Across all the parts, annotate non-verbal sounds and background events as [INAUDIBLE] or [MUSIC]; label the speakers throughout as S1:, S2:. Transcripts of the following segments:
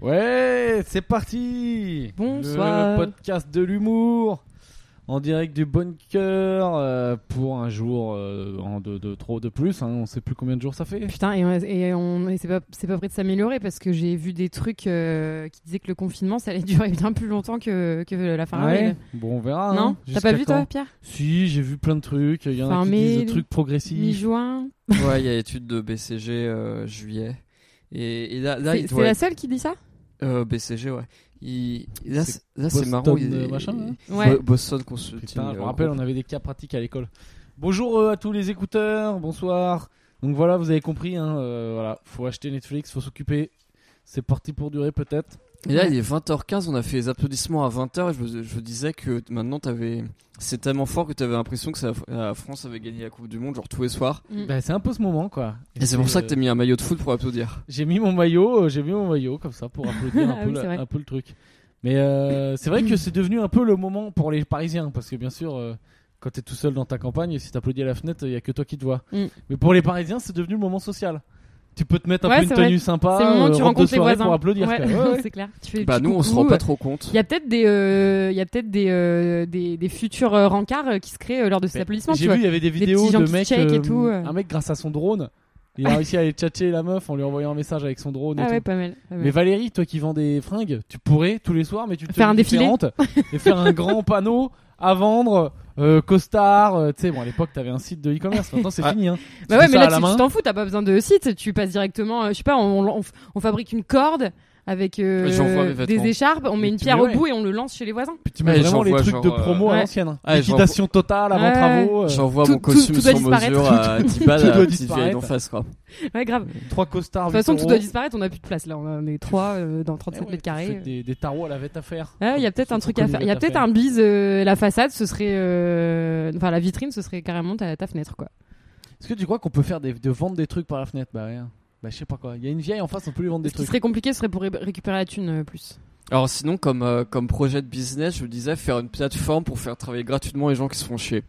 S1: Ouais, c'est parti
S2: Bonsoir.
S1: Le podcast de l'humour en direct du bunker euh, pour un jour euh, en de, de trop de plus. hein, on sait plus combien de jours ça fait.
S2: Putain, et, on- et on, et c'est pas, c'est pas prêt de s'améliorer parce que j'ai vu des trucs euh, qui disaient que le confinement, ça allait [LAUGHS] durer bien plus longtemps que, que la fin avril.
S1: Bon, on verra.
S2: non
S1: hein,
S2: T'as pas
S1: Ah jusqu'à
S2: vu,
S1: quand.
S2: toi, Pierre
S1: Si, j'ai vu plein de trucs. Il y en
S2: Fin
S1: a qui
S2: mai,
S1: disent des
S2: donc,
S1: trucs progressifs.
S2: Mi-juin
S3: Ouais, il y a étude de BCG euh, juillet. Et, et là, là,
S2: C'est
S3: il-
S2: c'est
S3: ouais,
S2: la seule qui dit ça
S3: euh, BCG, ouais. Il- là,
S1: C'est
S3: c'est là, c'est
S1: Boston,
S3: marrant. il-
S1: euh, machin, là
S3: Bo-
S2: Ouais.
S3: Boston Consulting.
S1: Putain, je me
S3: euh,
S1: rappelle, on avait des cas pratiques à l'école. Bonjour euh, à tous les écouteurs, bonsoir. Donc voilà, vous avez compris, hein, euh, voilà, faut acheter Netflix, faut s'occuper. C'est parti pour durer peut-être.
S3: Et là,
S2: Ouais.
S3: il est 20h15, on a fait les applaudissements à 20h. Je, me- je me disais que maintenant, t'avais. C'est tellement fort que t'avais l'impression que ça- la France avait gagné la Coupe du Monde, genre tous les soirs.
S2: Mm.
S1: Bah, c'est un peu ce moment quoi.
S3: Et c'est pour ça que t'as
S1: euh,
S3: mis un maillot de foot pour applaudir.
S1: J'ai mis mon maillot, euh, j'ai mis mon maillot comme ça pour applaudir un,
S2: [LAUGHS] Ah
S1: peu,
S2: oui,
S1: la-
S2: c'est vrai.
S1: un peu le truc. Mais euh, c'est vrai que c'est devenu un peu le moment pour les Parisiens parce que bien sûr. euh, quand t'es tout seul dans ta campagne, si t'applaudis à la fenêtre, il y a que toi qui te vois.
S2: Mm.
S1: Mais pour les Parisiens, c'est devenu le moment social. Tu peux te mettre un
S2: Ouais,
S1: peu une
S2: c'est vrai.
S1: tenue sympa,
S2: C'est le moment
S1: euh,
S2: où
S1: rentre de
S2: tu rencontres les
S1: soirée
S2: voisins.
S1: pour applaudir.
S2: Ouais,
S1: quoi.
S2: [LAUGHS]
S1: Ouais, ouais.
S2: c'est clair. Tu fais le
S3: Bah,
S2: petit
S3: nous, on se rend
S2: coucou.
S3: pas trop compte.
S2: Il euh, y a peut-être des, euh, il y a peut-être des, euh, des, des futurs euh, rencarts euh, qui se créent euh, lors de cet
S1: Mais
S2: applaudissement.
S1: J'ai
S2: tu vois.
S1: vu, il y avait des vidéos
S2: petits gens
S1: de
S2: qui
S1: mecs.
S2: check et
S1: euh,
S2: tout, euh.
S1: Un mec, grâce à son drone, il a réussi à aller tchatcher la meuf en lui envoyant un message avec son drone. et
S2: Ah ouais,
S1: tout.
S2: pas mal. pas mal.
S1: Mais Valérie, toi qui vends des fringues, tu pourrais tous les soirs, mais tu te
S2: Faire un défilé. [LAUGHS]
S1: et faire un grand panneau à vendre, euh, costard. euh, tu sais, bon, à l'époque, t'avais un site de e-commerce. Maintenant, c'est
S3: Ah.
S1: fini. Hein.
S2: Bah
S1: Tu
S2: ouais,
S1: fais
S2: mais
S1: ça
S2: là,
S1: à la
S2: tu
S1: main.
S2: tu t'en fous, t'as pas besoin de site, tu passes directement, euh, je sais pas, on, on, on fabrique une corde avec euh,
S3: J'envoie mes vêtements.
S2: des écharpes, on
S1: Mais
S2: met une
S1: tu
S2: pierre
S1: mets,
S2: au
S1: ouais.
S2: bout et on le lance chez les voisins. [LAUGHS]
S1: Puis tu mets
S3: Ouais,
S1: vraiment les
S3: j'envoie
S1: trucs de
S3: genre, euh,
S1: promo à
S2: ouais.
S1: l'ancienne. hein.
S3: Ah, j'envoie-
S1: Liquidation totale avant
S2: Ouais.
S1: travaux. euh,
S3: J'envoie
S2: tout-
S3: mon
S2: tout-
S3: costume
S2: tout doit
S3: sur
S2: disparaître.
S3: mesure à
S2: [LAUGHS]
S3: 10 balles
S1: Tout
S3: à
S1: doit
S3: la petite vieille
S1: disparaître.
S3: d'en face, quoi.
S2: Ouais, grave. De
S1: Trois costards.
S2: toute façon,
S1: 8
S2: tout doit
S1: euros.
S2: disparaître, on a plus de place là, on en est trois euh, dans
S1: Eh
S2: 37
S1: ouais,
S2: mètres
S1: tu
S2: carrés.
S1: fais Des, des tarots à la vête à faire.
S2: Ouais, Il y a peut-être un
S1: Faut
S2: truc
S1: qu'on
S2: à
S1: y
S2: faire.
S1: mette
S2: Il y a peut-être un bise euh, la façade, ce serait. euh, Enfin, la vitrine, ce serait carrément ta, ta fenêtre, quoi.
S1: Est-ce que tu crois qu'on peut faire des, de vendre des trucs par la fenêtre Bah rien. Bah je sais pas quoi. Il y a une vieille en face, on peut lui vendre des
S2: ce qui
S1: trucs.
S2: serait compliqué, ce serait pour ré- récupérer la thune euh, plus.
S3: Alors sinon, comme, euh, comme projet de business, je vous disais faire une plateforme pour faire travailler gratuitement les gens qui se font chier.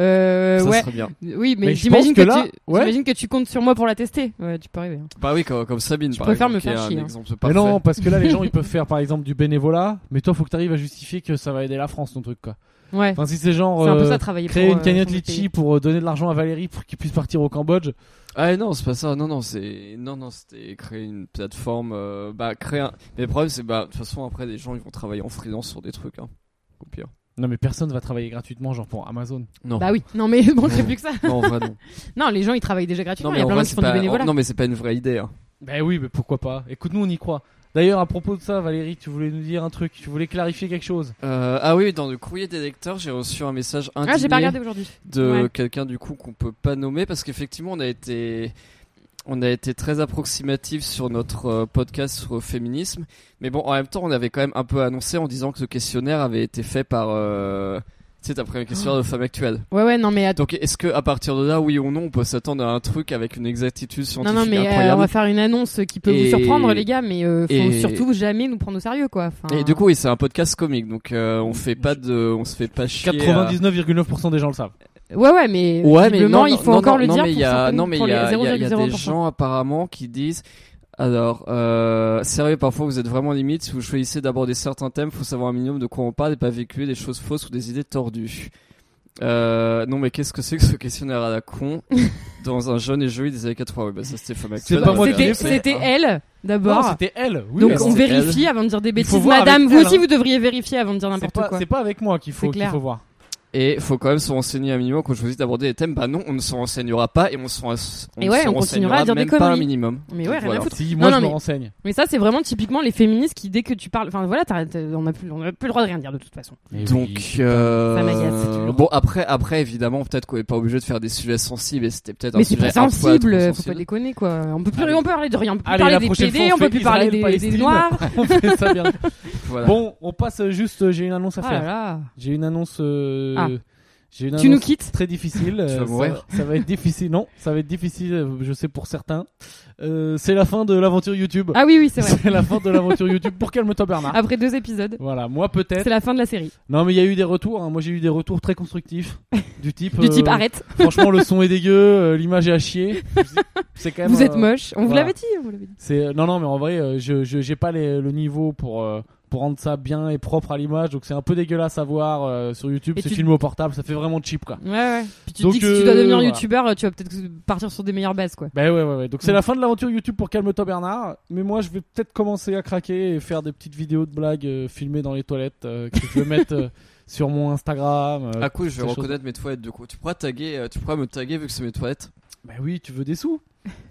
S2: Euh,
S3: ça
S2: ouais.
S3: serait bien.
S2: Oui, mais,
S1: Mais je
S2: j'imagine
S1: pense
S2: que,
S1: que là,
S2: tu,
S1: ouais.
S2: j'imagine que tu comptes sur moi pour la tester. Ouais, tu peux arriver. hein.
S3: Bah oui, comme, comme Sabine,
S2: Je
S3: par
S2: préfère
S3: exemple,
S2: me
S3: qui est
S2: faire
S3: un
S2: chier, hein.
S3: exemple
S1: Mais
S3: parfait.
S1: non, parce que là les [LAUGHS] gens ils peuvent faire par exemple du bénévolat, mais toi faut que t'arrives à justifier que ça va aider la France ton truc quoi.
S2: Ouais.
S1: Enfin si c'est genre
S2: C'est un peu
S1: euh,
S2: ça, travailler
S1: créer
S2: pour,
S1: une
S2: euh,
S1: cagnotte
S2: changer de
S1: litchi
S2: pays.
S1: pour euh, donner de l'argent à Valérie pour qu'il puisse partir au Cambodge.
S3: Ah non, c'est pas ça. Non, non, c'est non, non, c'était créer une plateforme. euh, bah créer. Un... Mais le problème, c'est bah de toute façon après, les gens ils vont travailler en freelance sur des trucs. Hein. Au pire.
S1: Non mais personne va travailler gratuitement genre pour Amazon.
S3: Non.
S2: Bah oui, non mais bon, c'est plus que ça.
S3: Non, en vrai, non.
S2: [LAUGHS] Non, les gens ils travaillent déjà
S3: non
S2: gratuitement, il
S3: mais
S2: y a
S3: en
S2: plein de
S3: vrai,
S2: gens qui
S3: c'est
S2: font du
S3: pas.
S2: bénévolat.
S3: Non mais c'est pas une vraie idée. hein.
S1: Bah oui, mais pourquoi pas Écoute nous on y croit. D'ailleurs à propos de ça Valérie, tu voulais nous dire un truc, tu voulais clarifier quelque chose.
S3: Euh, ah oui, dans le courrier des lecteurs, j'ai reçu un message indigné
S2: Ah, j'ai pas regardé aujourd'hui.
S3: de
S2: Ouais.
S3: quelqu'un du coup qu'on peut pas nommer parce qu'effectivement on a été on a été très approximatif sur notre euh, podcast sur le féminisme mais bon en même temps on avait quand même un peu annoncé en disant que le questionnaire avait été fait par euh, tu sais après un questionnaire de femmes actuelles
S2: Ouais, ouais, non mais attends.
S3: donc est-ce que à partir de là oui ou non on peut s'attendre à un truc avec une exactitude
S2: Non,
S3: scientifique
S2: non, mais euh, on
S3: incroyable
S2: va faire une annonce qui peut vous
S3: Et-
S2: surprendre, les gars, mais euh, faut
S3: et-
S2: surtout jamais nous prendre au sérieux, quoi. Enfin,
S3: et du coup oui c'est un podcast comique donc euh, on fait pas de on se fait pas chier à-
S1: euh, 99,9% des gens le savent.
S2: Ouais, ouais, mais.
S3: Ouais, mais
S2: visiblement,
S3: non,
S2: il faut
S3: non,
S2: encore
S3: non,
S2: le
S3: non,
S2: dire
S3: mais il y
S2: pour
S3: a,
S2: certaines-
S3: non, mais il
S2: pour
S3: y
S2: les
S3: a, il y a- il y a des
S2: 0,0%.
S3: gens apparemment qui disent. Alors, euh, sérieux, parfois vous êtes vraiment limite. Si vous choisissez d'aborder certains thèmes, faut savoir un minimum de quoi on parle et pas véhiculer des choses fausses ou des idées tordues. Euh, non, mais qu'est-ce que c'est que ce questionnaire à
S2: [LAUGHS]
S3: la con dans un jeune et joli des années 80 Oui, bah ça c'était femme actuelle.
S1: pas moi qui
S2: C'était
S1: l'ai fait,
S2: c'était
S3: hein.
S2: elle,
S1: Non,
S2: d'abord.
S1: c'était elle. Oui,
S2: Donc
S1: elle.
S3: mais
S2: on
S3: c'est
S2: vérifie avant de dire des
S1: faut
S2: bêtises.
S1: voir avec
S2: Madame, vous
S1: elle,
S2: aussi
S1: hein.
S2: vous devriez vérifier avant de dire
S1: C'est
S2: n'importe
S1: pas,
S2: quoi.
S1: c'est pas avec moi qu'il faut,
S2: C'est
S1: qu'il
S2: clair.
S1: faut voir.
S3: Et faut quand même se renseigner un minimum quand je vous dis d'aborder des thèmes. Bah non, on ne se renseignera pas et on se rense-
S2: Et ouais,
S3: se
S2: on continuera à dire des
S3: même pas un
S2: conneries.
S3: minimum.
S2: Mais ouais,
S3: Donc,
S2: rien à
S3: voilà.
S2: foutre.
S1: Si, moi je
S2: Non, non,
S1: me
S2: mais-
S1: renseigne.
S2: Mais ça, c'est vraiment typiquement les féministes qui, dès que tu parles. Enfin voilà, t'as- t'as- on a plus on a plus le droit de rien dire de toute façon.
S1: Eh
S3: Donc, euh,
S2: Ça m'agace, c'est dur.
S3: bon après, après évidemment, peut-être qu'on n'est pas obligé de faire des sujets sensibles et c'était peut-être un
S2: Mais c'est
S3: sujet
S2: pas
S3: un poil
S2: sensible,
S3: trop
S2: faut pas
S3: sensible.
S2: déconner quoi. On peut plus,
S1: Allez.
S2: on peut parler de rien, on peut plus
S1: Allez,
S2: parler
S1: la
S2: des
S1: prochaine
S2: PD,
S1: fois, on
S2: on peut
S1: fait
S2: plus parler des, des
S1: Israël-Palestine.
S2: noirs.
S1: [LAUGHS] on fait ça bien.
S3: Voilà.
S1: Bon, on passe juste. euh, J'ai une annonce à
S2: Ah
S1: faire.
S2: là là.
S1: J'ai une annonce. euh,
S2: Ah.
S1: J'ai une
S2: Tu nous
S1: annonce
S2: quittes
S1: très
S3: [LAUGHS]
S1: difficile.
S3: vas
S1: euh,
S3: mourir.
S1: Ça, ça va être difficile. Non, ça va être difficile. euh, Je sais pour certains. Euh, c'est la fin de l'aventure YouTube.
S2: Ah oui, oui,
S1: [LAUGHS]
S2: c'est vrai.
S1: c'est la fin de l'aventure YouTube. Pour calme-toi, Bernard.
S2: Après deux épisodes,
S1: Voilà, moi Ah. peut-être.
S2: c'est la fin de la série.
S1: Non, mais il y a eu des retours. hein. Moi, j'ai eu des retours très
S2: [LAUGHS]
S1: constructifs. Du type.
S2: Du type
S1: euh,
S2: arrête,
S1: Franchement, le son est dégueu, euh, l'image est à
S2: [LAUGHS]
S1: chier. C'est quand même.
S2: vous êtes
S1: euh,
S2: moche. On vous
S1: voilà.
S2: l'avait dit, on vous l'avait dit.
S1: C'est euh, non, non, mais en vrai, euh, je je- j'ai pas les- le niveau pour. euh, pour rendre ça bien et propre à l'image, donc c'est un peu dégueulasse à voir euh, sur YouTube.
S2: Et
S1: C'est
S2: tu-
S1: filmé au portable, ça fait vraiment cheap quoi.
S2: Ouais, ouais. Puis tu te
S1: Donc,
S2: dis que si tu dois
S1: euh,
S2: devenir
S1: voilà.
S2: youtubeur, tu vas peut-être partir sur des meilleures bases, quoi.
S1: Ben ouais, ouais, ouais. Donc c'est
S2: Mm.
S1: la fin de l'aventure YouTube pour Calme-toi Bernard. Mais moi, je vais peut-être commencer à craquer et faire des petites vidéos de blagues euh, filmées dans les toilettes euh, que je vais mettre euh, [LAUGHS] sur mon Instagram. euh.
S3: Ah cool, je
S1: ces
S3: vais
S1: choses-
S3: reconnaître mes toilettes du coup. Tu pourras taguer, euh, tu pourras me taguer vu que c'est mes toilettes.
S1: Ben oui, tu veux des sous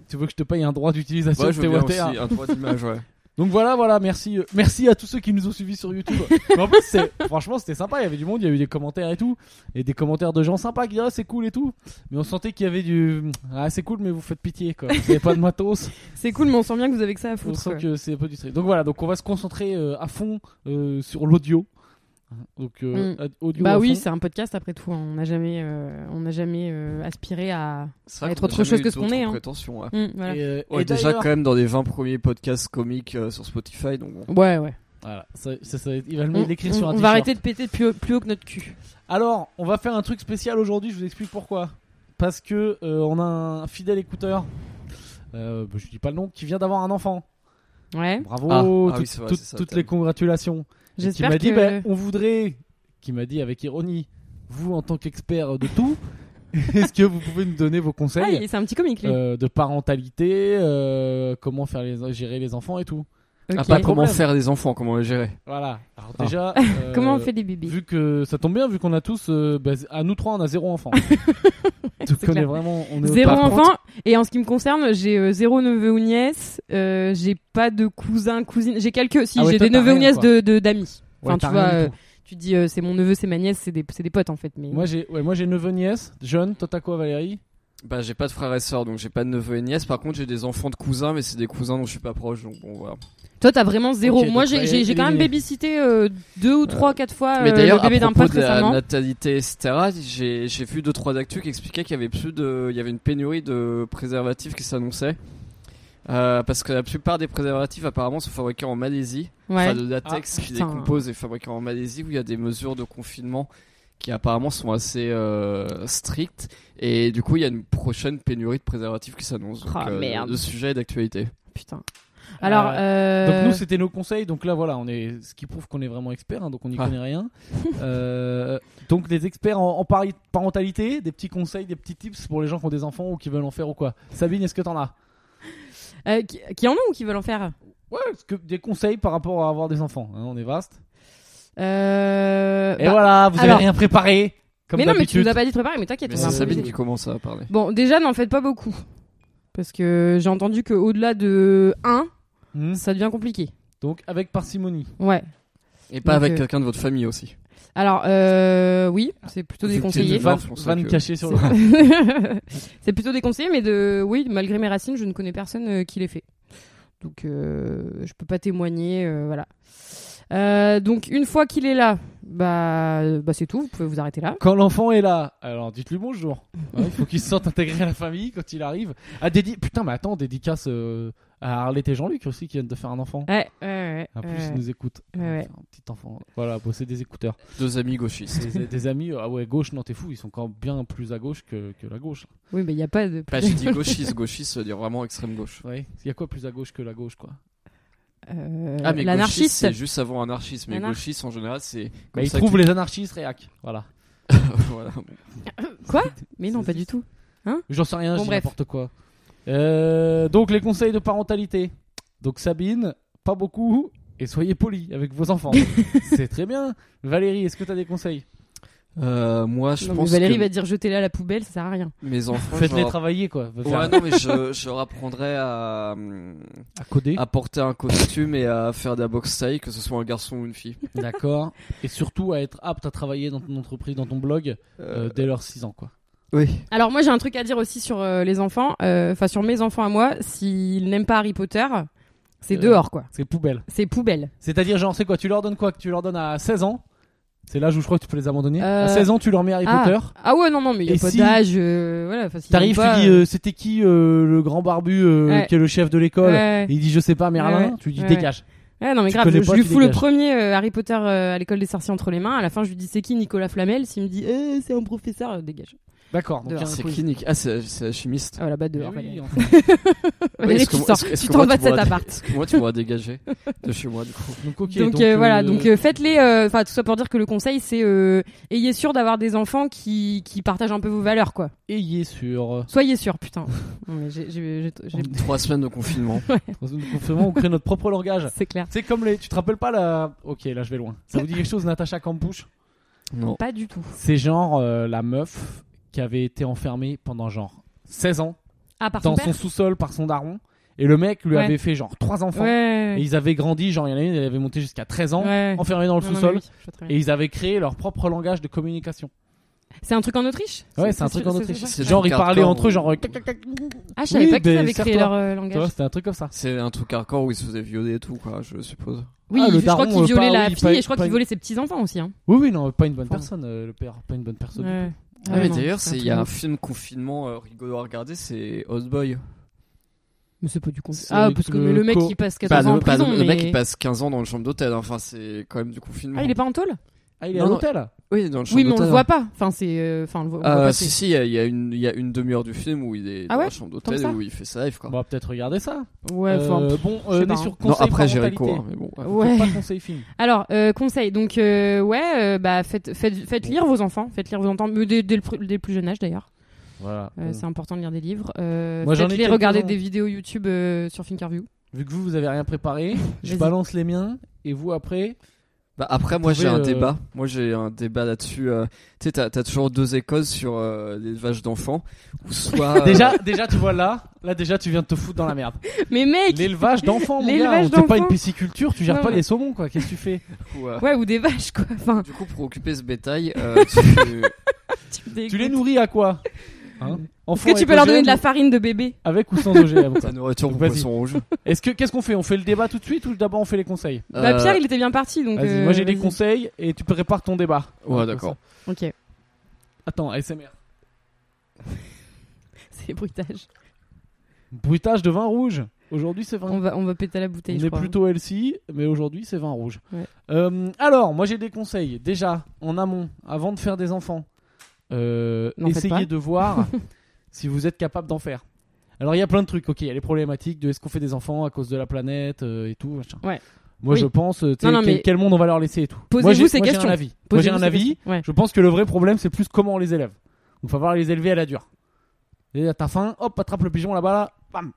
S1: Tu veux que je te paye un droit d'utilisation
S3: Ouais,
S1: de
S3: Bah, je
S1: tes
S3: veux bien
S1: water
S3: aussi un droit
S2: [LAUGHS]
S3: d'image, ouais.
S1: Donc voilà, voilà, merci, euh, merci à tous ceux qui nous ont suivis sur
S2: [LAUGHS]
S1: YouTube. Mais en plus, c'est- franchement, c'était sympa. Il y avait du monde, il y a eu des commentaires et tout, et des commentaires de gens sympas qui disaient Ah, c'est cool et tout. Mais on sentait qu'il y avait du ah c'est cool, mais vous faites pitié quoi. Vous avez pas de
S2: [LAUGHS]
S1: matos.
S2: C'est cool, mais on sent bien que vous avez que ça à
S1: on
S2: foutre.
S1: sent
S2: quoi.
S1: que c'est un peu du tri. Donc voilà, donc on va se concentrer euh, à fond euh, sur l'audio. Donc euh, ad- audio. à
S2: Bah oui,
S1: fond.
S2: c'est un podcast après tout. hein. On n'a jamais, euh, on n'a jamais euh, aspiré à.
S3: C'est vrai
S2: Être
S3: qu'on a
S2: autre chose
S3: jamais
S2: que
S3: eu
S2: ce qu'on
S3: d'autres
S2: est, hein.
S3: prétentions, ouais.
S2: Hmm, voilà.
S1: Et, euh,
S3: Ouais,
S1: et
S3: déjà
S1: d'ailleurs-
S3: quand même dans les 20 premiers podcasts comiques euh, sur Spotify, donc bon.
S2: Ouais, ouais.
S1: Voilà, ça, ça- ça- il va le
S2: On,
S1: mettre- l'écrire sur
S2: on-
S1: un
S2: Mm, on va
S1: t-shirt.
S2: arrêter de péter plus haut, plus haut que notre cul.
S1: Alors, on va faire un truc spécial aujourd'hui, je vous explique pourquoi. Parce que euh, on a un fidèle écouteur, euh, bah, je dis pas le nom, qui vient d'avoir un enfant.
S2: Ouais.
S3: Ah,
S1: Bravo,
S3: ah
S1: tout-
S3: oui, c'est vrai,
S1: tout-
S3: c'est ça,
S1: toutes
S3: le
S1: les
S3: thème.
S1: congratulations. Et Qui
S2: J'espère
S1: m'a
S2: que.
S1: dit, bah, on voudrait, qui m'a dit avec ironie, vous en tant qu'expert de tout, [LAUGHS] est-ce que vous pouvez nous donner vos
S2: Ah,
S1: conseils
S2: il- c'est un petit comique lui.
S1: euh, de parentalité, euh, comment faire les, gérer les enfants et tout.
S3: Ah,
S2: Ok.
S3: pas comment
S1: Problème.
S3: faire des enfants, comment les gérer.
S1: Voilà. Alors
S2: [LAUGHS]
S3: Ah.
S1: déjà, euh,
S2: Comment on fait des bébés
S1: Vu que ça tombe bien, vu qu'on a tous, euh, bah, à nous trois, on a zéro
S2: [LAUGHS]
S1: enfant. Donc
S2: c'est
S1: on est
S2: clair.
S1: vraiment, on est au
S2: Zéro
S1: par
S2: enfant.
S1: contre,
S2: Et en ce qui me concerne, j'ai euh, zéro neveu ou nièce. euh, j'ai pas de cousin, cousine. J'ai quelques. Si
S1: Ah ouais,
S2: j'ai
S1: toi,
S2: des
S1: t'as
S2: neveux ou
S1: rien,
S2: nièces
S1: quoi.
S2: de de- d'amis.
S1: ouais,
S2: Enfin,
S1: t'as
S2: tu
S1: rien
S2: vois.
S1: du
S2: euh,
S1: tout.
S2: Tu dis euh, c'est mon neveu, c'est ma nièce, c'est des c'est des potes en fait. Mais
S1: Moi j'ai, ouais, moi j'ai neveu nièce, jeune. Toi t'as quoi Valérie
S3: Bah j'ai pas de frères et sœurs, donc j'ai pas de neveux et nièces. Par contre j'ai des enfants de cousins, mais c'est des cousins dont je suis pas proche, donc bon voilà.
S2: Toi, t'as vraiment zéro.
S1: Ok,
S2: Moi,
S1: donc,
S2: j'ai-
S1: ouais,
S2: j'ai j'ai quand même
S1: éliminé.
S2: babysité euh, deux ou trois, quatre fois
S3: mais
S2: euh,
S3: d'ailleurs
S2: le
S3: à
S2: bébé d'un
S3: propos
S2: pote
S3: de la
S2: récemment.
S3: natalité etc, j'ai j'ai vu deux trois d'actu qui expliquaient qu'il y avait plus de, il y avait une pénurie de préservatifs qui s'annonçait. Euh, parce que la plupart des préservatifs apparemment sont fabriqués en Malaisie.
S2: Ouais.
S3: enfin de latex
S2: Ah,
S3: qui
S2: putain.
S3: décompose et fabriqué en Malaisie où il y a des mesures de confinement qui apparemment sont assez euh, strictes et du coup il y a une prochaine pénurie de préservatifs qui s'annonce. Donc, euh,
S2: Ah, merde.
S3: Le sujet est d'actualité.
S2: Putain. Alors,
S1: Euh,
S2: euh,
S1: Donc nous c'était nos conseils. Donc là voilà, on est, ce qui prouve qu'on est vraiment experts, hein, donc on n'y
S3: Ah.
S1: connaît rien. Euh, donc des experts en, en pari- parentalité, des petits conseils, des petits tips pour les gens qui ont des enfants ou qui veulent en faire ou quoi. Sabine, est-ce que t'en as
S2: euh, qui, qui en ont ou qui veulent en faire
S1: Ouais, est-ce que des conseils par rapport à avoir des enfants. hein, on est vaste.
S2: Euh,
S1: Et
S2: bah,
S1: voilà, vous avez
S2: alors-
S1: rien préparé. Comme
S2: Mais non, mais tu
S1: d'habitude.
S2: nous as pas dit de préparer, mais t'inquiète.
S3: Mais
S2: on
S1: c'est
S2: va
S3: c'est
S1: un peu
S3: Sabine
S2: improviser.
S3: qui commence à parler.
S2: Bon, déjà, n'en faites pas beaucoup. Parce que j'ai entendu que au-delà de 1,
S1: Hmm.
S2: ça devient compliqué.
S1: Donc avec parcimonie.
S2: Ouais.
S3: Et pas
S2: Donc,
S3: avec
S2: euh,
S3: quelqu'un de votre famille aussi.
S2: Alors, euh, oui, c'est plutôt
S3: Vu que t'es
S2: déconseillé.
S3: devant,
S1: Van,
S3: c'est pour ça
S1: van
S3: que-
S1: caché sur le.
S2: c'est [LAUGHS] plutôt déconseillé, mais de oui, malgré mes racines, je ne connais personne euh, qui l'ait fait. Donc, euh, je peux pas témoigner, euh, voilà. Euh, donc, une fois qu'il est là, bah, euh, bah c'est tout. Vous pouvez vous arrêter là.
S1: Quand l'enfant est là, alors dites-lui bonjour. [LAUGHS] Hein, il faut qu'il se sente intégré à la famille quand il arrive. Ah, dédi... Putain, mais attends, dédicace euh, à Arlette et Jean-Luc aussi qui viennent de faire un enfant.
S2: Ouais, ouais, ouais.
S1: En plus,
S2: ouais.
S1: ils nous écoutent.
S2: Ouais, ouais.
S1: Un petit enfant. Voilà, bosser des écouteurs.
S3: Deux amis
S1: [LAUGHS]
S3: gauchistes.
S1: des, des amis, ah ouais, gauche, non, t'es fou, ils sont quand même bien plus à gauche que, que la gauche.
S2: Oui, mais il y a pas de.
S3: Bah, j'ai dit gauchiste, gauchiste ça veut dire vraiment extrême gauche.
S1: Ouais. Il y a quoi plus à gauche que la gauche, quoi
S2: [LAUGHS] Euh,
S3: Ah mais gauchiste
S2: L'anarchiste.
S3: c'est juste avant anarchiste, mais
S2: Anarchiste.
S3: gauchiste en général c'est.
S1: bah,
S3: comme
S1: Ils
S3: ça que
S1: trouvent
S3: tu-
S1: les anarchistes réac. Voilà.
S3: [LAUGHS] Voilà.
S2: Quoi Mais non, pas du tout.
S1: J'en sais rien,
S2: Bon,
S1: je dis
S2: bref.
S1: n'importe quoi. Euh, donc, les conseils de parentalité. Donc, Sabine, pas beaucoup et soyez poli avec vos [LAUGHS] enfants. C'est très bien. Valérie, est-ce que t'as des conseils
S3: Euh, moi je
S2: Non, mais
S3: pense
S2: Valérie
S3: que
S2: va dire jetez-la à la poubelle, ça sert à rien.
S3: mes enfants je
S1: Faites-les
S3: leur-
S1: travailler, quoi.
S3: Ouais non mais je, je leur apprendrai à hum,
S1: À coder.
S3: à porter un costume et à faire de la boxe taille, que ce soit un garçon ou une fille.
S1: D'accord. Et surtout à être apte à travailler dans ton entreprise, dans ton blog, euh, dès leurs 6 ans, quoi.
S3: oui.
S2: Alors moi j'ai un truc à dire aussi sur euh, les enfants, euh, enfin sur mes enfants à moi, s'ils n'aiment pas Harry Potter, c'est
S1: Euh.
S2: dehors quoi.
S1: C'est poubelle.
S2: C'est poubelle.
S1: C'est-à-dire, genre, c'est quoi Tu leur donnes quoi Que tu leur donnes à 16 ans C'est l'âge où je crois que tu peux les abandonner.
S2: Euh,
S1: À 16 ans, tu leur mets Harry
S2: ah.
S1: Potter.
S2: Ah ouais, non, non, mais il n'y a
S1: Et
S2: pas
S1: si-
S2: d'âge. euh, voilà, enfin, s'ils
S1: T'arrives,
S2: aiment pas,
S1: tu dis
S2: euh,
S1: euh, c'était qui euh, le grand barbu euh,
S2: Ouais.
S1: qui est le chef de l'école
S2: ouais.
S1: Et Il dit je sais pas Merlin.
S2: Ouais, ouais.
S1: Tu dis
S2: Ouais,
S1: dégage.
S2: Ouais, non, mais
S1: Tu
S2: grave,
S1: connais
S2: je
S1: pas,
S2: lui
S1: tu
S2: fous le
S1: dégages.
S2: premier euh, Harry Potter euh, à l'école des sorciers entre les mains. À la fin, je lui dis c'est qui Nicolas Flamel S'il me dit euh, c'est un professeur, euh, dégage.
S1: D'accord. donc
S2: Dehors.
S1: il y a un
S3: C'est
S1: quiz.
S3: clinique. Ah, c'est c'est la chimiste.
S2: Ah voilà, bah
S1: Mais
S2: dehors.
S1: oui,
S2: Valérie.
S1: enfin.
S3: Ouais,
S2: Valérie,
S3: est-ce que
S2: tu
S3: moi-
S2: t'en-
S3: est-ce que- est-ce
S2: tu
S3: que
S2: t'en
S3: moi,
S2: vas de
S3: tu pourras
S2: cet
S3: dé-
S2: appart.
S3: est-ce que [LAUGHS] Moi,
S2: [LAUGHS]
S3: tu pourras dégager de chez moi, du coup.
S1: [LAUGHS] Donc, ok,
S2: donc,
S1: donc,
S2: euh,
S1: euh,
S2: voilà, donc euh, faites-les. euh, Enfin, tout ça pour dire que le conseil, c'est euh, ayez sûr d'avoir des enfants qui, qui partagent un peu vos valeurs, quoi.
S1: ayez sur. euh,
S2: Soyez sûr, [LAUGHS] putain. Non, mais j'ai- j'ai- j'ai-
S1: [LAUGHS]
S2: j'ai-
S3: Trois semaines de confinement.
S1: Dans une conférence, on crée notre propre langage.
S2: [LAUGHS] C'est clair.
S1: C'est comme les. Tu te rappelles pas la. Ok, là je vais loin. Ça vous dit quelque chose, Natacha Campouche
S3: Non.
S2: Pas du tout.
S1: C'est genre euh, la meuf qui avait été enfermée pendant genre 16 ans
S2: Ah, par
S1: dans
S2: son
S1: son
S2: père.
S1: sous-sol par son daron. Et le mec lui
S2: Ouais.
S1: avait fait genre trois enfants. Et
S2: Ouais.
S1: ils avaient grandi, genre il y en a une, elle avait monté jusqu'à 13 ans,
S2: Ouais.
S1: enfermée dans le
S2: Non, non, mais
S1: sous-sol.
S2: oui, je vois très bien.
S1: Et ils avaient créé leur propre langage de communication.
S2: C'est un truc en Autriche
S1: Ouais, c'est un truc en
S2: c'est-
S1: Autriche.
S2: c'est ça
S3: C'est
S1: Genre,
S3: un
S1: ils
S3: truc
S1: parlaient
S3: hardcore
S1: entre eux,
S3: où-
S1: genre. euh,
S3: tac, tac,
S2: Ah, je savais
S1: Oui,
S2: pas qu'ils
S1: ben,
S2: avaient créé
S1: serre-toi.
S2: leur euh,
S1: Tu vois,
S2: langage.
S1: c'était un truc comme ça.
S3: C'est un truc hardcore où ils se faisaient violer et tout, quoi, je suppose.
S2: Oui,
S1: Ah, le
S2: je crois
S1: daron,
S2: qu'ils
S1: euh,
S2: violaient
S1: pas-
S2: la
S1: oui,
S2: fille
S1: pas-
S2: et je crois
S1: pas-
S2: qu'ils volaient ses petits-enfants aussi. Hein.
S1: Oui, oui, non, pas une bonne
S2: Enfin.
S1: personne, euh, le père, pas une bonne personne.
S2: Ouais.
S3: Ah,
S2: Ouais,
S3: mais
S2: non,
S3: d'ailleurs,
S2: c'est
S3: c'est-
S2: un
S3: il y a
S2: truc
S3: un film confinement euh, rigolo à regarder, c'est Old Boy.
S2: Mais c'est pas du conseil.
S1: C'est
S2: Ah, parce que
S1: le
S2: le mec
S1: co-
S2: qui passe
S3: Pas
S2: 14 ans en
S3: le, pas le-
S2: prison.
S3: le mec
S2: mais-
S3: il passe 15 ans dans une chambre d'hôtel, hein. enfin c'est quand même du confinement.
S2: Ah, il est pas en tôle
S1: Ah, il est à
S3: Non, non.
S1: l'hôtel
S2: Oh.
S3: Oui, dans une chambre
S2: Oui, mais on le
S3: d'hôtel. hein.
S2: voit pas. Enfin, c'est. euh, Enfin, on le voit on le voit
S3: Euh,
S2: pas,
S3: si,
S2: c'est-
S3: si, il y a, il y a une, il y a une demi-heure du film où il est
S2: Ah
S3: dans
S2: ouais
S3: la chambre d'hôtel
S2: Comme ça
S3: et où il fait sa life, quoi.
S1: On va peut-être regarder ça.
S2: Ouais, enfin.
S1: Euh,
S2: pff,
S1: bon,
S2: je sais
S1: euh, on est
S2: pas, hein.
S1: sur
S3: non,
S1: conseil
S3: après
S1: parentalité.
S3: Jéricho, hein, mais bon. ouais.
S1: Faut
S2: Ouais.
S1: Pas conseil film.
S2: Alors, euh, conseil. Donc, euh, ouais, euh, bah, faites, faites, faites lire vos enfants. Faites lire vos enfants. mais Dès, dès le, pr- dès le plus jeune âge, d'ailleurs.
S1: Voilà.
S2: Euh, C'est important de lire des livres. Euh,
S1: Moi, j'en ai
S2: faites les
S1: quelques-uns.
S2: regarder des vidéos YouTube euh, sur Finkerview.
S1: Vu que vous, vous avez rien préparé, je
S2: Vas-y.
S1: balance les miens et vous après.
S3: Bah, après, moi
S1: pouvez,
S3: j'ai un
S1: euh,
S3: débat. Moi j'ai un débat là-dessus. euh, Tu sais, t'as t'as toujours deux écoles sur euh, l'élevage d'enfants. Ou
S2: Ah, [LAUGHS]
S3: soit. euh,
S1: Déjà, déjà, tu vois là, là déjà, tu viens de te foutre dans la merde.
S2: [LAUGHS] Mais mec
S1: L'élevage d'enfants, mon gars,
S2: L'élevage
S1: c'est pas
S2: d'enfants.
S1: une pisciculture, tu gères
S2: Non,
S1: pas
S2: mais-
S1: les saumons, quoi. Qu'est-ce que tu
S2: [LAUGHS]
S1: fais
S3: ou, euh,
S2: Ouais, ou des vaches, quoi. [LAUGHS] Enfin,
S3: Du coup, pour occuper ce bétail,
S2: [LAUGHS]
S3: euh, tu-
S2: tu, me dégoûtes.
S1: Tu les nourris à quoi Hein
S2: Est-ce que tu peux leur donner de la farine de bébé
S1: Avec ou sans OGM quoi.
S3: ta nourriture
S1: Donc,
S3: pour
S1: vas-y.
S3: poisson rouge.
S1: Est-ce que qu'est-ce qu'on fait On fait le débat tout de suite ou d'abord on fait les conseils
S2: Bah,
S3: Euh,
S2: Pierre, il était bien parti, donc.
S1: Vas-y,
S2: euh,
S1: moi j'ai des
S2: vas-y.
S1: conseils et tu prépares ton débat.
S3: Ouais, d'accord.
S2: [LAUGHS] Ok.
S1: Attends, SMR.
S2: C'est les bruitages.
S1: Bruitage de vin rouge. Aujourd'hui c'est vin
S2: On va, on va péter la bouteille,
S1: On
S2: je
S1: est
S2: crois.
S1: plutôt LC, mais aujourd'hui c'est vin rouge.
S2: Ouais.
S1: Euh, alors, moi j'ai des conseils. Déjà, en amont, avant de faire des enfants, euh,
S2: N'en faites pas.
S1: essayez de
S2: [LAUGHS]
S1: voir si vous êtes capable d'en faire. Alors il y a plein de trucs, ok, il y a les problématiques de est-ce qu'on fait des enfants à cause de la planète euh, et tout. machin.
S2: Ouais.
S1: Moi
S2: Oui.
S1: je pense, euh, tu sais,
S2: Non, non,
S1: quel,
S2: mais-
S1: quel monde on va leur laisser et tout. Moi,
S2: Posez-vous
S1: j'ai-
S2: ces
S1: moi, j'ai
S2: questions.
S1: un avis. Moi, j'ai
S2: Posez-vous
S1: un
S2: ces
S1: avis.
S2: questions. Ouais.
S1: Je pense que le vrai problème c'est plus comment on les élève. Donc faut avoir les élever à la dure. Et T'as faim, hop, attrape le pigeon là-bas, là, bam.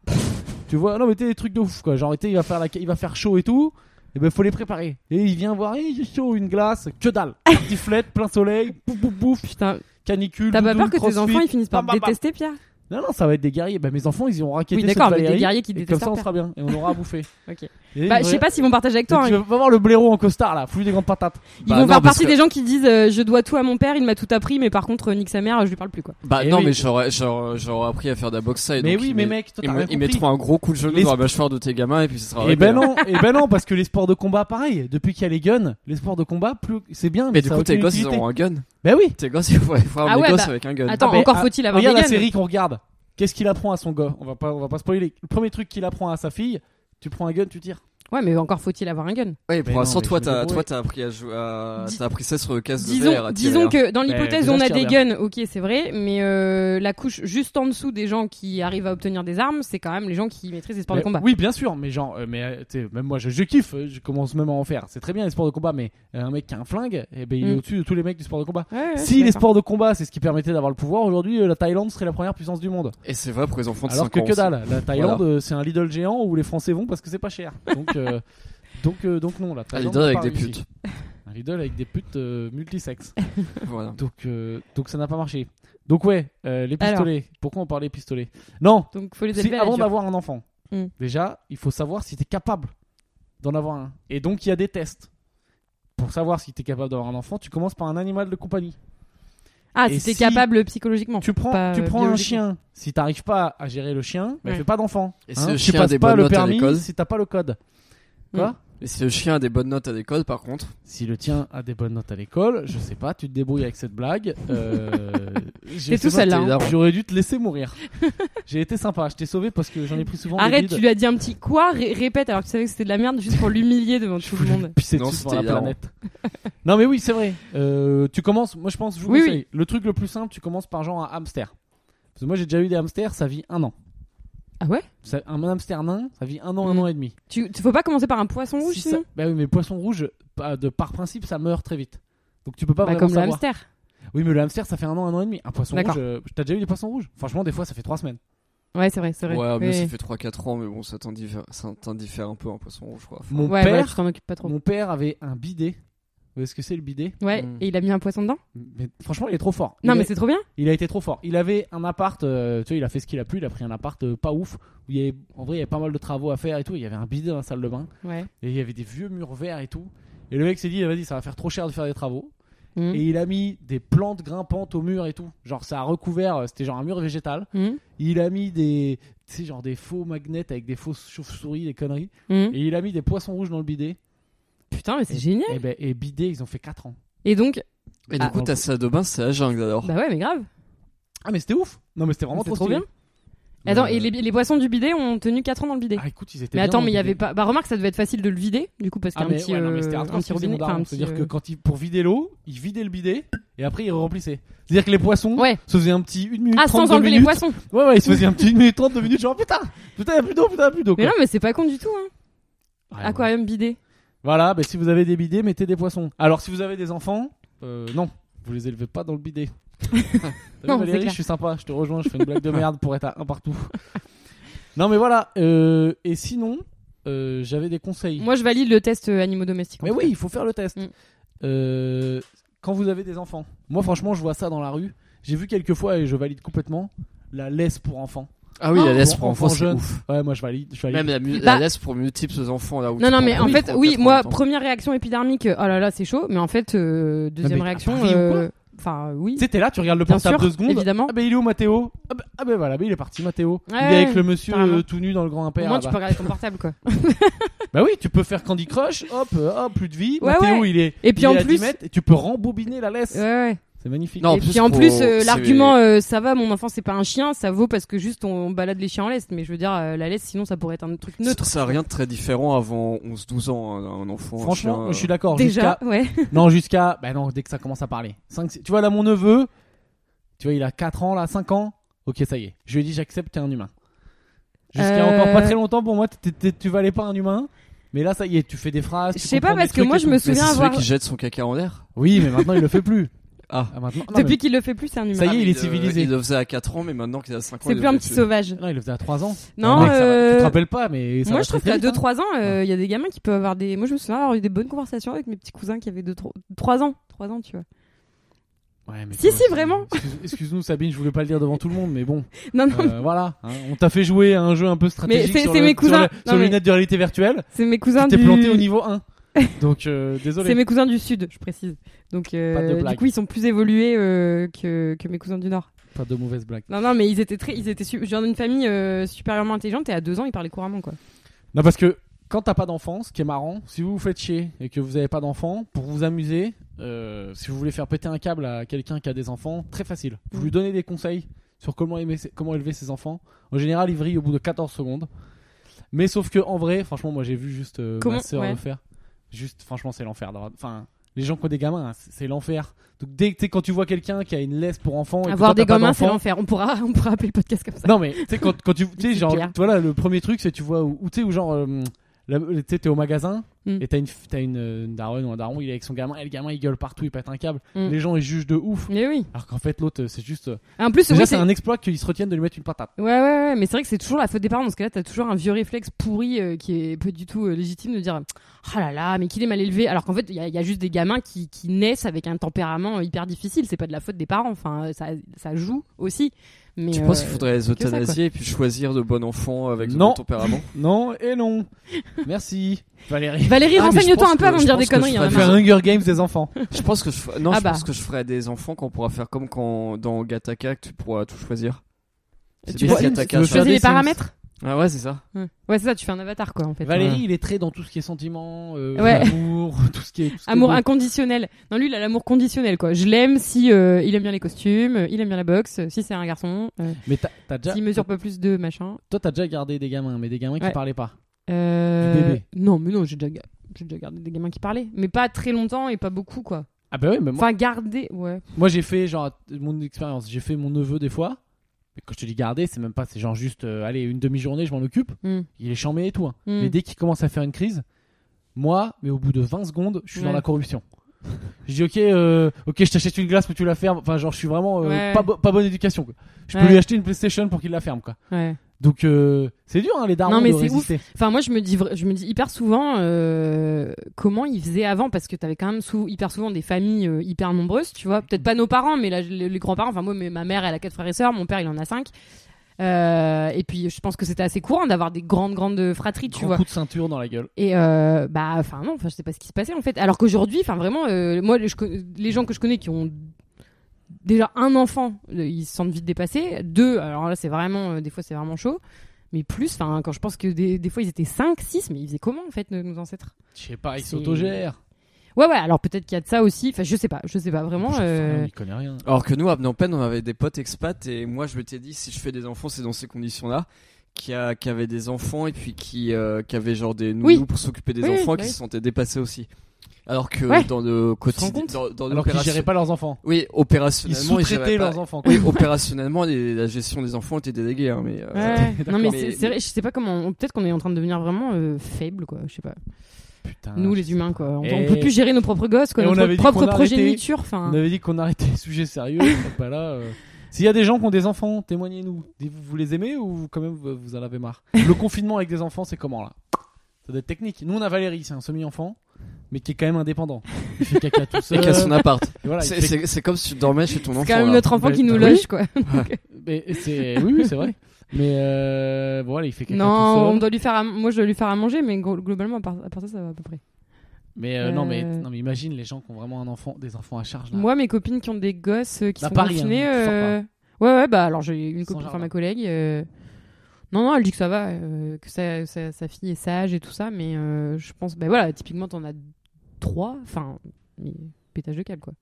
S1: tu vois, non mais t'es des trucs de ouf quoi. Genre, t'es, il va faire la, il va faire chaud et tout. Et ben faut les préparer. Et il vient voir, il j'ai chaud, une glace, que dalle, un petit flet, plein soleil, bouf bouf bouf,
S2: Putain,
S1: canicule.
S2: t'as pas
S1: doudou,
S2: peur que tes
S1: crossfit.
S2: enfants ils finissent par
S1: Bam, bam, bam.
S2: détester Pierre
S1: Non non, ça va être des guerriers. Ben mes enfants ils iront raqueter
S2: Oui, d'accord,
S1: cette
S2: mais des
S1: Valérie,
S2: guerriers qui
S1: Et
S2: détestent
S1: comme ça on
S2: leur
S1: sera bien et on aura à bouffer.
S2: Ok.
S1: Et
S2: Bah,
S1: une vraie-
S2: je sais pas s'ils vont partager avec toi.
S1: Tu
S2: hein.
S1: vas pas voir le blaireau en costard là, fouille des grandes patates.
S2: Ils
S3: Bah
S2: vont
S3: non,
S2: faire
S3: parce
S2: partie
S3: que-
S2: des gens qui disent euh, je dois tout à mon père, il m'a tout appris, mais par contre euh, nique sa mère, euh, je lui parle plus quoi.
S3: Bah
S1: Eh
S3: non,
S1: oui.
S3: mais j'aurais j'aurais- j'aurais appris à faire de la boxe side.
S1: Mais
S3: donc
S1: oui,
S3: ils
S1: mais
S3: met-
S1: mec, toi,
S3: Ils,
S1: t'as
S3: me-
S1: rien
S3: ils
S1: compris.
S3: mettrent un gros coup de genou
S1: Les-
S3: dans la mâchoire de tes gamins et puis ce sera.
S1: Et
S3: arrêté,
S1: ben
S3: hein.
S1: non, et ben non, parce que les sports de combat, pareil. Depuis qu'il y a les guns, les sports de combat, plus c'est bien. Mais,
S3: Mais du
S1: ça a
S3: coup, tes
S1: aucune
S3: gosses, ils
S1: utilité.
S3: auront un gun.
S1: Ben oui.
S3: Tes gosses, il faut il faut avoir
S2: Ah
S3: des
S2: ouais,
S3: gosses
S2: bah,
S3: avec un gun.
S2: Attends,
S1: Ah, ben,
S2: encore
S1: ah,
S2: faut-il avoir
S1: Regarde
S2: des
S1: la
S2: guns.
S1: série qu'on regarde. Qu'est-ce qu'il apprend à son gars On va pas, on va pas spoiler. Le premier truc qu'il apprend à sa fille, tu prends un gun, tu tires.
S2: Ouais, mais encore faut-il avoir un gun.
S3: Oui,
S1: Mais
S3: pour l'instant,
S1: non, mais
S3: toi,
S1: je me
S3: t'as
S1: débrouille.
S3: toi, t'as appris à jouer. à-
S2: Dis-
S3: T'as appris ça sur le casse de verre.
S2: Disons,
S3: à tirer,
S2: disons
S3: hein.
S2: que dans
S1: Mais
S2: l'hypothèse où on
S1: déjà,
S2: a
S1: je
S2: des
S1: tire
S2: guns, ok c'est vrai, mais euh, la couche juste en dessous des gens qui arrivent à obtenir des armes, c'est quand même les gens qui maîtrisent les sports de
S1: Mais-
S2: combat.
S1: Ben Oui, bien sûr, mais genre, euh, mais euh, tu sais, même moi, je, je kiffe. euh, Je commence même à en faire. C'est très bien les sports de combat, mais euh, un mec qui a un flingue, eh ben il est
S2: Mm.
S1: au-dessus de tous les mecs du sport de combat.
S2: Ouais, ouais, je suis
S1: Si les
S2: d'accord.
S1: sports de combat, c'est ce qui permettait d'avoir le pouvoir, aujourd'hui, euh, la Thaïlande serait la première puissance du monde.
S3: Et c'est vrai pour les enfants de
S1: Alors
S3: 5
S1: que
S3: ans.
S1: que
S3: aussi.
S1: dalle, la Thaïlande euh, c'est un Lidl géant où les Français vont parce que c'est pas cher. Donc
S3: [LAUGHS]
S1: euh, donc euh, donc non la
S3: Un
S1: Thaïlande.
S3: leader
S1: n'a
S3: avec
S1: pas
S3: des
S1: réussi.
S3: putes.
S1: Un Lidl avec des putes euh,
S3: [LAUGHS]
S1: multisexes.
S3: Voilà.
S1: Donc euh, donc ça n'a pas marché. Donc ouais euh, les
S2: Alors.
S1: pistolets. Pourquoi on parlait pistolets Non.
S2: Donc faut les
S1: Si,
S2: élever à la
S1: avant
S2: dure.
S1: d'avoir un enfant,
S2: Hmm.
S1: déjà il faut savoir si t'es capable d'en avoir un. Et donc il y a des tests. Pour savoir si t'es capable d'avoir un enfant, tu commences par un animal de compagnie.
S2: Ah,
S1: Et
S2: si t'es
S1: si-
S2: capable psychologiquement.
S1: Tu prends,
S2: Pas,
S1: tu
S2: euh, Hmm.
S1: prends un
S2: biologiquement.
S1: chien. Si t'arrives pas à gérer le chien, bah,
S2: Ouais.
S1: fais pas d'enfant.
S3: Et si le
S1: tu
S3: chien a
S1: passes
S3: des
S1: pas
S3: bonnes
S1: le
S3: notes à
S1: permis
S3: l'école
S1: si t'as pas le code.
S2: Mm.
S1: Quoi
S3: Et si le chien a des bonnes notes à l'école, par contre.
S1: Si le tien a des bonnes notes à l'école, je sais pas, tu te débrouilles avec cette blague. Euh,
S2: [LAUGHS]
S1: je
S2: T'es
S1: sais
S2: tout
S1: pas,
S2: seul, là,
S1: t'es
S2: hein.
S1: énorme. J'aurais dû te laisser
S2: [LAUGHS]
S1: mourir. J'ai été sympa, je t'ai sauvé parce que j'en ai pris souvent. des
S2: Arrête,
S1: bides.
S2: tu lui as dit un petit quoi, ré- répète alors que tu savais que c'était de la merde juste pour l'humilier devant tout le monde.
S1: pisser
S3: Non,
S1: dessus
S3: c'était
S1: sur la
S3: hilarant.
S1: planète. non, mais oui, c'est vrai. Euh, tu commences, moi je pense, je vous
S2: Oui,
S1: conseille. Le truc le plus simple, tu commences par genre un hamster. Parce que moi j'ai déjà eu des hamsters, ça vit un an.
S2: Ah ouais
S1: Ça- un hamster nain, ça vit un an, un
S2: Mm.
S1: an et demi.
S2: Tu tu- faut pas commencer par un poisson rouge
S1: Si ça-
S2: sinon
S1: Bah oui, mais poisson rouge, pas- de, par principe, ça meurt très vite. Donc tu peux pas
S2: Bah,
S1: vraiment
S2: comme le
S1: savoir.
S2: hamster.
S1: Oui, mais le hamster, ça fait un an, un an et demi. Un poisson
S2: D'accord.
S1: rouge, euh, t'as déjà eu des poissons rouges Franchement, des fois, ça fait trois semaines.
S2: Ouais, c'est vrai, c'est vrai.
S3: Ouais, au mieux,
S2: Oui.
S3: ça fait 3-4 ans, mais bon, ça t'indiffère ça t'indiffère un peu un poisson rouge, quoi.
S1: Mon
S2: Ouais, voilà, tu
S1: père,
S2: t'en occupes pas trop.
S1: mon père avait un bidet. Vous voyez ce que c'est le bidet
S2: Ouais,
S3: Mm.
S2: et il a mis un poisson dedans
S1: Mais franchement, il est trop fort. Mmh.
S2: Non,
S1: Il
S2: mais
S1: est-
S2: c'est trop bien.
S1: Il a été trop fort. Il avait un appart, euh, tu vois, il a fait ce qu'il a pu, il a pris un appart euh, pas ouf, où il y avait, en vrai, il y avait pas mal de travaux à faire et tout. Il y avait un bidet dans la salle de bain,
S2: Ouais.
S1: et il y avait des vieux murs verts et tout. Et le mec s'est dit, vas-y, ça va faire trop cher de faire des travaux.
S2: Mm.
S1: Et il a mis des plantes grimpantes au mur et tout. Genre, ça a recouvert, euh, c'était genre un mur végétal.
S2: Mm.
S1: Il a mis des, tu sais, genre des faux magnets avec des fausses chauves-souris, des conneries.
S2: Mm.
S1: Et il a mis des poissons rouges dans le bidet.
S2: Putain, mais c'est génial.
S1: Et, ben, et bidet, ils ont fait 4 ans.
S2: Et donc,
S3: Et
S1: Ah.
S3: du coup, ta salle de bain, c'est la jungle alors.
S2: bah ouais, mais grave.
S1: Ah, mais c'était ouf! Non, mais c'était vraiment
S2: C'est
S1: trop,
S2: trop
S1: stylé.
S2: bien. Attends,
S1: Euh,
S2: et les, les poissons du bidet ont tenu 4 ans dans le bidet.
S1: Ah, écoute, ils étaient
S2: mais
S1: bien
S2: attends,
S1: dans
S2: mais il y
S1: le
S2: avait
S1: bidet.
S2: pas. Bah remarque, ça devait être facile de le vider. Du coup, parce
S1: Ah
S2: qu'un
S1: mais,
S2: petit,
S1: ouais, non, mais c'était
S2: euh,
S1: hardcore,
S2: un
S1: c'est
S2: petit
S1: mon hein,
S2: robinet.
S1: daron.
S2: enfin, un petit,
S1: C'est-à-dire que
S2: euh,
S1: quand il, pour vider l'eau, il vidait le bidet et après il remplissait. C'est-à-dire que les poissons
S2: Ouais.
S1: se faisaient un petit 1 minute
S2: Ah,
S1: 30
S2: sans enlever les
S1: minutes.
S2: poissons.
S1: Ouais, ouais, ils se faisaient un petit 1 minute 30 2 minutes, genre putain, putain, y a plus d'eau, putain, y a plus d'eau.
S2: Mais
S1: quoi. Ah,
S2: non, mais c'est pas con du tout. Hein.
S1: euh, Ouais, ouais.
S2: Aquarium bidet.
S1: Voilà, bah, si vous avez des bidets, mettez des poissons. Alors si vous avez des enfants, euh, non, vous les élevez pas dans le
S2: [LAUGHS]
S1: bidet. T'as vu,
S2: Non, c'est
S1: Valérie,
S2: clair.
S1: je suis sympa, je te rejoins, je fais une blague de merde pour être à un partout. non, mais voilà, euh, et sinon, euh, j'avais des conseils.
S2: Moi, je valide le test euh, animaux domestiques. en
S1: Mais
S2: tout
S1: oui, il faut faire le test.
S2: Mm.
S1: Euh, quand vous avez des enfants, moi franchement, je vois ça dans la rue. J'ai vu quelques fois et je valide complètement la laisse pour enfants.
S3: Ah oui,
S2: Ah.
S3: la laisse pour
S1: Enfant
S3: enfants, c'est
S1: jeune.
S3: ouf.
S1: Ouais, moi je valide. Je valide.
S3: Même la, mu-
S2: Bah-
S3: la laisse pour multiples enfants là où
S2: Non,
S3: tu
S2: non,
S3: prends
S2: mais en
S3: huit,
S2: fait,
S3: trois,
S2: oui,
S3: quatre en
S2: moi,
S3: même temps.
S2: première réaction épidermique, euh, oh là là, c'est chaud, mais en fait, euh, deuxième
S1: mais à
S2: réaction,
S1: Paris ou
S2: euh, enfin, oui,
S1: Tu sais, t'es là, tu regardes le
S2: bien
S1: portable
S2: sûr,
S1: deux secondes.
S2: évidemment.
S1: Ah ben il est où Mathéo ah ben, ah ben voilà, ben, il est parti Mathéo. il
S2: Ouais,
S1: est avec le monsieur
S2: carrément.
S1: euh, tout nu dans le grand
S2: Au
S1: impère.
S2: moins, tu peux regarder ton portable,
S1: [LAUGHS]
S2: quoi.
S1: Bah oui, tu peux faire Candy Crush, hop, euh, hop, plus de vie.
S2: Ouais,
S1: Mathéo
S2: ouais.
S1: il est.
S2: Et puis
S1: il
S2: en
S1: est à 10
S2: plus, ouais,
S1: mètres, et tu peux rembobiner la laisse.
S2: ouais.
S1: C'est magnifique.
S3: Non, en
S2: et
S3: plus,
S2: puis en
S3: pour-
S2: plus, euh,
S3: c'est-
S2: l'argument, euh, ça va, mon enfant, c'est pas un chien, ça vaut parce que juste on, on balade les chiens en laisse, mais je veux dire, euh, la laisse, sinon, ça pourrait être un truc neutre.
S3: Ça- Ça a rien de très différent avant 11-12 ans, hein, un- un enfant. un
S1: Franchement,
S3: chien, euh.
S1: je suis d'accord.
S2: Déjà, ouais.
S1: Non, jusqu'à. Bah non, dès que ça commence à parler. Cinq, six- Tu vois, là, mon neveu, tu vois, il a 4 ans, là, 5 ans. Ok, ça y est. Je lui ai dit, j'accepte, t'es un humain. Jusqu'à
S2: Euh,
S1: encore pas très longtemps, pour moi, t'étais- t'étais- tu valais pas un humain. Mais là, ça y est, tu fais des phrases.
S2: Je
S1: tu
S2: sais pas,
S1: comprends des
S2: parce que
S1: trucs
S2: moi,
S1: et
S2: je
S1: tout.
S2: me
S3: Mais
S2: souviens
S3: c'est celui
S2: avoir.
S3: qui jette son caca en l'air.
S1: Oui, mais maintenant, il le fait plus.
S3: Ah.
S1: Ah, maintenant. non,
S2: Depuis qu'il le fait plus, c'est un
S1: mais- Ça
S2: humain.
S1: y est, il est
S3: Euh,
S1: civilisé.
S3: il le faisait à 4 ans, mais maintenant qu'il a 5 ans.
S2: C'est
S3: il
S2: plus un
S3: le
S2: petit
S3: fait.
S2: sauvage.
S1: Non, il le faisait à 3 ans.
S2: Non,
S1: Ah, Mec, ça va- Tu te
S2: euh,
S1: rappelles pas, mais. ça
S2: Moi,
S1: va
S2: je trouve
S1: très
S2: qu'à
S1: vite, hein.
S2: 2-3 ans, euh, il y a des gamins qui peuvent avoir des. Moi, je me souviens avoir eu des bonnes conversations avec mes petits cousins qui avaient 2-3 ans. 3 ans, tu vois. [LAUGHS]
S1: Ouais, mais
S2: Si,
S1: toi,
S2: si, vraiment.
S1: excuse- Excuse-nous, Sabine, je voulais pas le dire devant tout le monde, mais
S2: [LAUGHS]
S1: bon.
S2: Non, non,
S1: Euh, voilà. hein, on t'a fait jouer à un jeu un peu stratégique.
S2: c'est-
S1: sur
S2: c'est
S1: le-
S2: mes
S1: sur
S2: cousins.
S1: le-
S2: Non,
S1: Sur les
S2: mais-
S1: lunettes de réalité virtuelle.
S2: c'est mes cousins
S1: Tu t'es
S2: du.
S1: planté au niveau
S2: [LAUGHS]
S1: 1. Donc, euh, désolé.
S2: C'est mes cousins du sud, je précise. Donc, euh,
S1: Pas de blague.
S2: du coup, ils sont plus évolués euh, que, que mes cousins du nord.
S1: Pas de mauvaise blague.
S2: Non, non, mais ils étaient très. Ils étaient su- je viens d'une famille euh, supérieurement intelligente et à 2 ans, ils parlaient couramment, quoi.
S1: Non, parce que quand t'as pas d'enfant, ce qui est marrant, si vous vous faites chier et que vous avez pas d'enfant, pour vous amuser, euh, si vous voulez faire péter un câble à quelqu'un qui a des enfants, très facile. Vous
S2: Mm.
S1: lui donnez des conseils sur comment, aimer ses- comment élever ses enfants. En général, il vrille au bout de 14 secondes. Mais sauf que en vrai, franchement, moi j'ai vu juste euh,
S2: Comment-
S1: ma sœur
S2: ouais.
S1: le faire. Juste, franchement, c'est l'enfer. d'avoir- Enfin, les gens qui ont des gamins, hein, c'est c'est l'enfer. Donc dès que tu sais, quand tu vois quelqu'un qui a une laisse pour enfants, Oh, et que
S2: Avoir
S1: toi,
S2: des
S1: t'as pas
S2: gamins, c'est
S1: d'enfant,
S2: l'enfer. On pourra, [LAUGHS] on pourra appeler le podcast comme ça.
S1: Non mais tu sais quand,
S2: [LAUGHS]
S1: quand tu tu sais
S2: Petite
S1: genre
S2: pierre.
S1: tu vois là le premier truc c'est tu vois où où, tu sais où genre euh, la- tu sais t'es au magasin
S2: Mm.
S1: et t'as une f- t'as une, euh, une daronne ou un daron il est avec son gamin et le gamin il gueule partout il pète un câble
S2: Mm.
S1: les gens ils jugent de ouf
S2: Mais oui.
S1: alors qu'en fait l'autre euh, c'est juste euh,
S2: En plus,
S1: déjà
S2: oui,
S1: c'est
S2: c'est-
S1: un exploit qu'ils se retiennent de lui mettre une patate
S2: Ouais, ouais, ouais, mais c'est vrai que c'est toujours la faute des parents. Parce que là, t'as toujours un vieux réflexe pourri euh, qui est pas du tout euh, légitime de dire Ah là là, mais qu'il est mal élevé. Alors qu'en fait, il y, a- il y a juste des gamins qui, qui naissent avec un tempérament euh, hyper difficile. C'est pas de la faute des parents. Enfin, euh, ça, ça joue aussi. Mais,
S3: Tu
S2: euh,
S3: penses qu'il faudrait les
S2: que ça, quoi.
S3: euthanasier et puis choisir de bons enfants avec de
S1: Non.
S3: bon tempérament [LAUGHS]
S1: non et
S2: [LAUGHS]
S1: non merci Valérie
S2: Valérie,
S3: Ah, mais je
S2: renseigne-toi
S3: pense
S2: un peu
S3: que-
S2: avant de
S3: je
S2: dire
S3: pense
S2: des
S3: que je
S2: conneries.
S3: ferais
S2: hein,
S3: bien.
S1: faire
S2: Marc.
S1: Hunger Games des enfants
S3: Je pense que je, ferais- non,
S2: Ah
S3: je pense
S2: bah.
S3: que je ferais des enfants qu'on pourra faire comme quand dans Gataka que tu pourras tout choisir.
S1: Tu
S3: bien
S1: vois, tu
S3: Gattaca,
S1: veux
S3: ça.
S1: faire
S2: Choisis
S1: des
S2: les
S1: Sims.
S2: paramètres
S3: Ah ouais, c'est ça.
S2: Ouais, Ouais, c'est ça, tu fais un avatar, quoi, en fait.
S1: Valérie, il est très dans tout ce qui est sentiment, euh,
S2: Ouais.
S1: amour, [LAUGHS] tout ce qui est. tout ce qui est
S2: Amour
S1: beau.
S2: inconditionnel. Non, lui, il a l'amour conditionnel, quoi. Je l'aime si euh, il aime bien les costumes, euh, il aime bien la boxe, euh, si c'est un garçon, euh,
S1: Mais t'as t'as déjà.
S2: s'il mesure pas plus de machin.
S1: Toi, t'as déjà gardé des gamins, mais des gamins qui
S2: Ouais.
S1: parlaient pas.
S2: Euh,
S1: Du bébé.
S2: Non, mais non, j'ai déjà, ga- j'ai déjà gardé des gamins qui parlaient. Mais pas très longtemps et pas beaucoup, quoi.
S1: Ah bah oui, mais moi,
S2: Enfin, garder, ouais.
S1: moi j'ai fait genre mon expérience, j'ai fait mon neveu des fois. Mais quand je te dis garder, c'est même pas, c'est genre juste, euh, allez, une demi-journée, je m'en occupe.
S2: Hmm.
S1: Il est chambé et tout. hein.
S2: Mm.
S1: Mais dès qu'il commence à faire une crise, moi, mais au bout de 20 secondes, je suis dans
S2: Ouais.
S1: la corruption. Je dis ok, euh, ok, je t'achète une glace, mais tu la fermes. Enfin, genre, je suis vraiment euh,
S2: Ouais.
S1: pas, bo- pas bonne éducation. quoi. Je peux
S2: Ouais.
S1: lui acheter une PlayStation pour qu'il la ferme, quoi.
S2: Ouais.
S1: Donc, euh, c'est dur, hein, les darons
S2: Non, mais
S1: de
S2: c'est ouf.
S1: résister.
S2: Enfin, moi, je me dis, vra- je me dis hyper souvent euh, comment ils faisaient avant, parce que t'avais quand même sou- hyper souvent des familles euh, hyper nombreuses, tu vois. Peut-être pas nos parents, mais là, les, les grands-parents. Enfin, moi, mes- ma mère, elle a quatre frères et sœurs, mon père, il en a cinq. Euh, et puis, je pense que c'était assez courant d'avoir des grandes, grandes fratries, tu
S1: Grand
S2: vois.
S1: coup de ceinture dans la gueule.
S2: Et euh, bah, enfin non, enfin je sais pas ce qui se passait en fait. Alors qu'aujourd'hui, enfin vraiment, euh, moi je co- les gens que je connais qui ont déjà un enfant, euh, ils se sentent vite dépassés. Deux, alors là c'est vraiment, euh, des fois c'est vraiment chaud. Mais plus, enfin quand je pense que des, des fois ils étaient 5, 6, mais ils faisaient comment en fait nos, nos ancêtres
S1: Je sais pas, il
S2: C'est-
S1: s'autogère.
S2: Ouais ouais, alors peut-être qu'il y a de ça aussi. Enfin je sais pas, je sais pas vraiment.
S1: J'en sais
S2: euh,
S1: rien, Il connaît rien.
S3: Alors que nous, à Phnom-Penh, on avait des potes expats et moi, je m'étais dit, si je fais des enfants, c'est dans ces conditions-là. Qui, a, qui avaient des enfants et puis qui, euh, qui avaient genre des nounous
S2: Oui.
S3: pour s'occuper des
S2: Oui,
S3: enfants
S2: oui,
S3: qui
S2: oui.
S3: se sentaient dépassés aussi. Alors que
S2: Ouais.
S3: dans le quotidien,
S2: compte
S3: dans, dans
S1: Alors qu'ils
S3: l'opération-
S1: géraient pas leurs enfants.
S3: Oui,
S1: Ils
S3: opérationnellement, ils
S1: sous-traitaient
S3: géraient pas-
S1: leurs enfants. quoi.
S3: Oui, opérationnellement, les- la gestion des enfants était déléguée, hein, mais. euh,
S2: ouais.
S1: [LAUGHS]
S2: non mais
S3: d'accord.
S2: c'est
S3: Mais-
S2: c'est vrai, je sais pas comment. Peut-être qu'on est en train de devenir vraiment euh, faible quoi. Je sais pas.
S1: Putain,
S2: Nous
S1: Ah, je
S2: les humains quoi. On,
S1: Et-
S2: on peut plus gérer nos propres gosses quoi.
S1: Et on
S2: Notre
S1: avait dit
S2: propre
S1: qu'on arrêtait.
S2: progéniture. Enfin.
S1: On avait dit qu'on arrêtait les sujets sérieux. donc bah là, euh, s'il y a des gens qui ont des enfants, témoignez-nous. Dis- Vous, vous les aimez ou vous- quand même vous vous en avez marre Le confinement avec des enfants, c'est comment là Ça doit être technique. Nous, on a Valérie, c'est un semi-enfant, mais qui est quand même indépendant. Il fait caca tout
S3: Et
S1: seul.
S3: qu'à son appart.
S1: et [LAUGHS] voilà, il
S3: C'est-
S1: fait-
S3: C'est c'est comme si tu dormais chez ton enfant.
S2: C'est quand même
S3: là.
S2: notre enfant qui nous
S1: Bah, Oui.
S2: loge quoi.
S1: mais c'est- Oui, oui, c'est vrai. Mais euh, bon, voilà, il fait caca tout
S2: Non,
S1: seul.
S2: on doit lui faire à... moi je dois lui faire à manger, mais glo- globalement à part, à part ça, ça va à peu près.
S1: Mais, euh, non, mais
S2: Euh.
S1: non, mais imagine les gens qui ont vraiment un enfant, des enfants à charge là.
S2: Moi, mes copines qui ont des gosses euh, qui
S1: Bah,
S2: sont
S1: Ah. Paris, hein,
S2: confinés,
S1: tu sors
S2: euh, ouais, ouais, bah alors j'ai une
S1: Sans
S2: copine, enfin
S1: jardin.
S2: ma collègue, euh, non, non, elle dit que ça va, euh, que sa, sa, sa fille est sage et tout ça, mais euh, je pense, bah voilà, typiquement t'en as trois, enfin, mais pétage de câble quoi.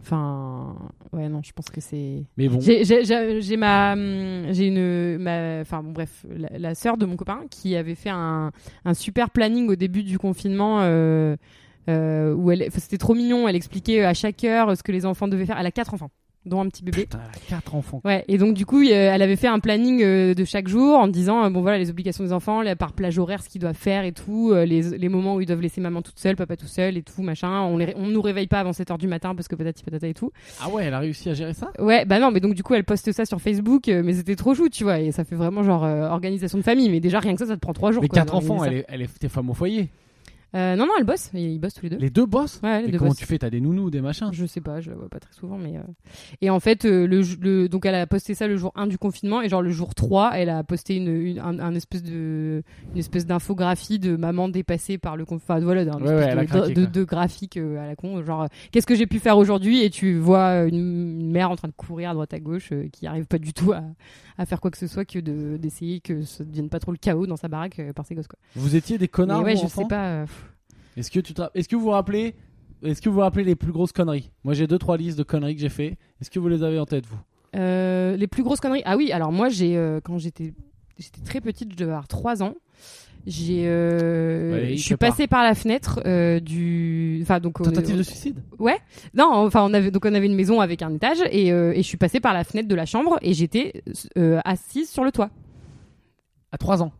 S2: Enfin, ouais, non, je pense que c'est.
S1: Mais bon,
S2: J'ai- J'ai j'ai- j'ai ma hum, j'ai une ma enfin bon bref la, la sœur de mon copain qui avait fait un, un super planning au début du confinement euh, euh, où elle enfin, c'était trop mignon elle expliquait euh, à chaque heure ce que les enfants devaient faire elle a quatre enfants dont un petit bébé
S1: putain, elle a quatre enfants.
S2: ouais et donc du coup il- euh, elle avait fait un planning euh, de chaque jour en disant euh, bon voilà les obligations des enfants les- par plage horaire ce qu'ils doivent faire et tout euh, les, les moments où ils doivent laisser maman toute seule papa tout seul et tout machin on les, on nous réveille pas avant 7 heures du matin parce que patati patata et tout
S1: Ah ouais, elle a réussi à gérer ça
S2: Ouais, bah non, mais donc du coup, elle poste ça sur Facebook, euh, mais c'était trop chou, tu vois, et ça fait vraiment genre euh, organisation de famille, mais déjà rien que ça, ça te prend trois jours.
S1: Mais
S2: quoi,
S1: quatre enfants, elle
S2: d'organiser
S1: est, elle est t'es femme au foyer.
S2: ça. Euh, non, non, elle bosse, ils ils bossent tous les deux.
S1: Les deux bossent
S2: Ouais, les
S1: Mais
S2: deux
S1: comment
S2: bossent.
S1: tu fais T'as des nounous, des machins
S2: Je sais pas, je la vois pas très souvent, mais. euh, Et en fait, euh, le, ju- le- donc elle a posté ça le jour 1 du confinement, et genre le jour 3, elle a posté une, une- un, un espèce de, une espèce d'infographie de maman dépassée par le confinement. Voilà, d'un
S1: Ouais,
S2: espèce
S1: ouais, elle a
S2: de,
S1: craqué,
S2: de-
S1: quoi.
S2: de graphique euh, à la con, genre euh, qu'est-ce que j'ai pu faire aujourd'hui, et tu vois euh, une, une mère en train de courir à droite à gauche, euh, qui arrive pas du tout à, à faire quoi que ce soit que de- d'essayer que ça devienne pas trop le chaos dans sa baraque euh, par ses gosses, quoi.
S1: Vous étiez des connards
S2: mais ouais,
S1: vous,
S2: je
S1: enfants
S2: sais pas. euh, pff.
S1: Est-ce que tu te- est-ce que vous vous rappelez est-ce que vous vous rappelez les plus grosses conneries Moi j'ai deux trois listes de conneries que j'ai fait. Est-ce que vous les avez en tête vous
S2: Euh, les plus grosses conneries. Ah oui, alors moi, j'ai euh, quand j'étais j'étais très petite, je devais avoir 3 ans. J'ai euh,
S1: Ouais, il
S2: je suis
S1: prépare.
S2: passée par la fenêtre euh, du enfin donc on-
S1: Tentative
S2: on-
S1: de suicide
S2: non enfin on avait donc on avait une maison avec un étage et, euh, et je suis passée par la fenêtre de la chambre et j'étais euh, assise sur le toit.
S1: À 3 ans.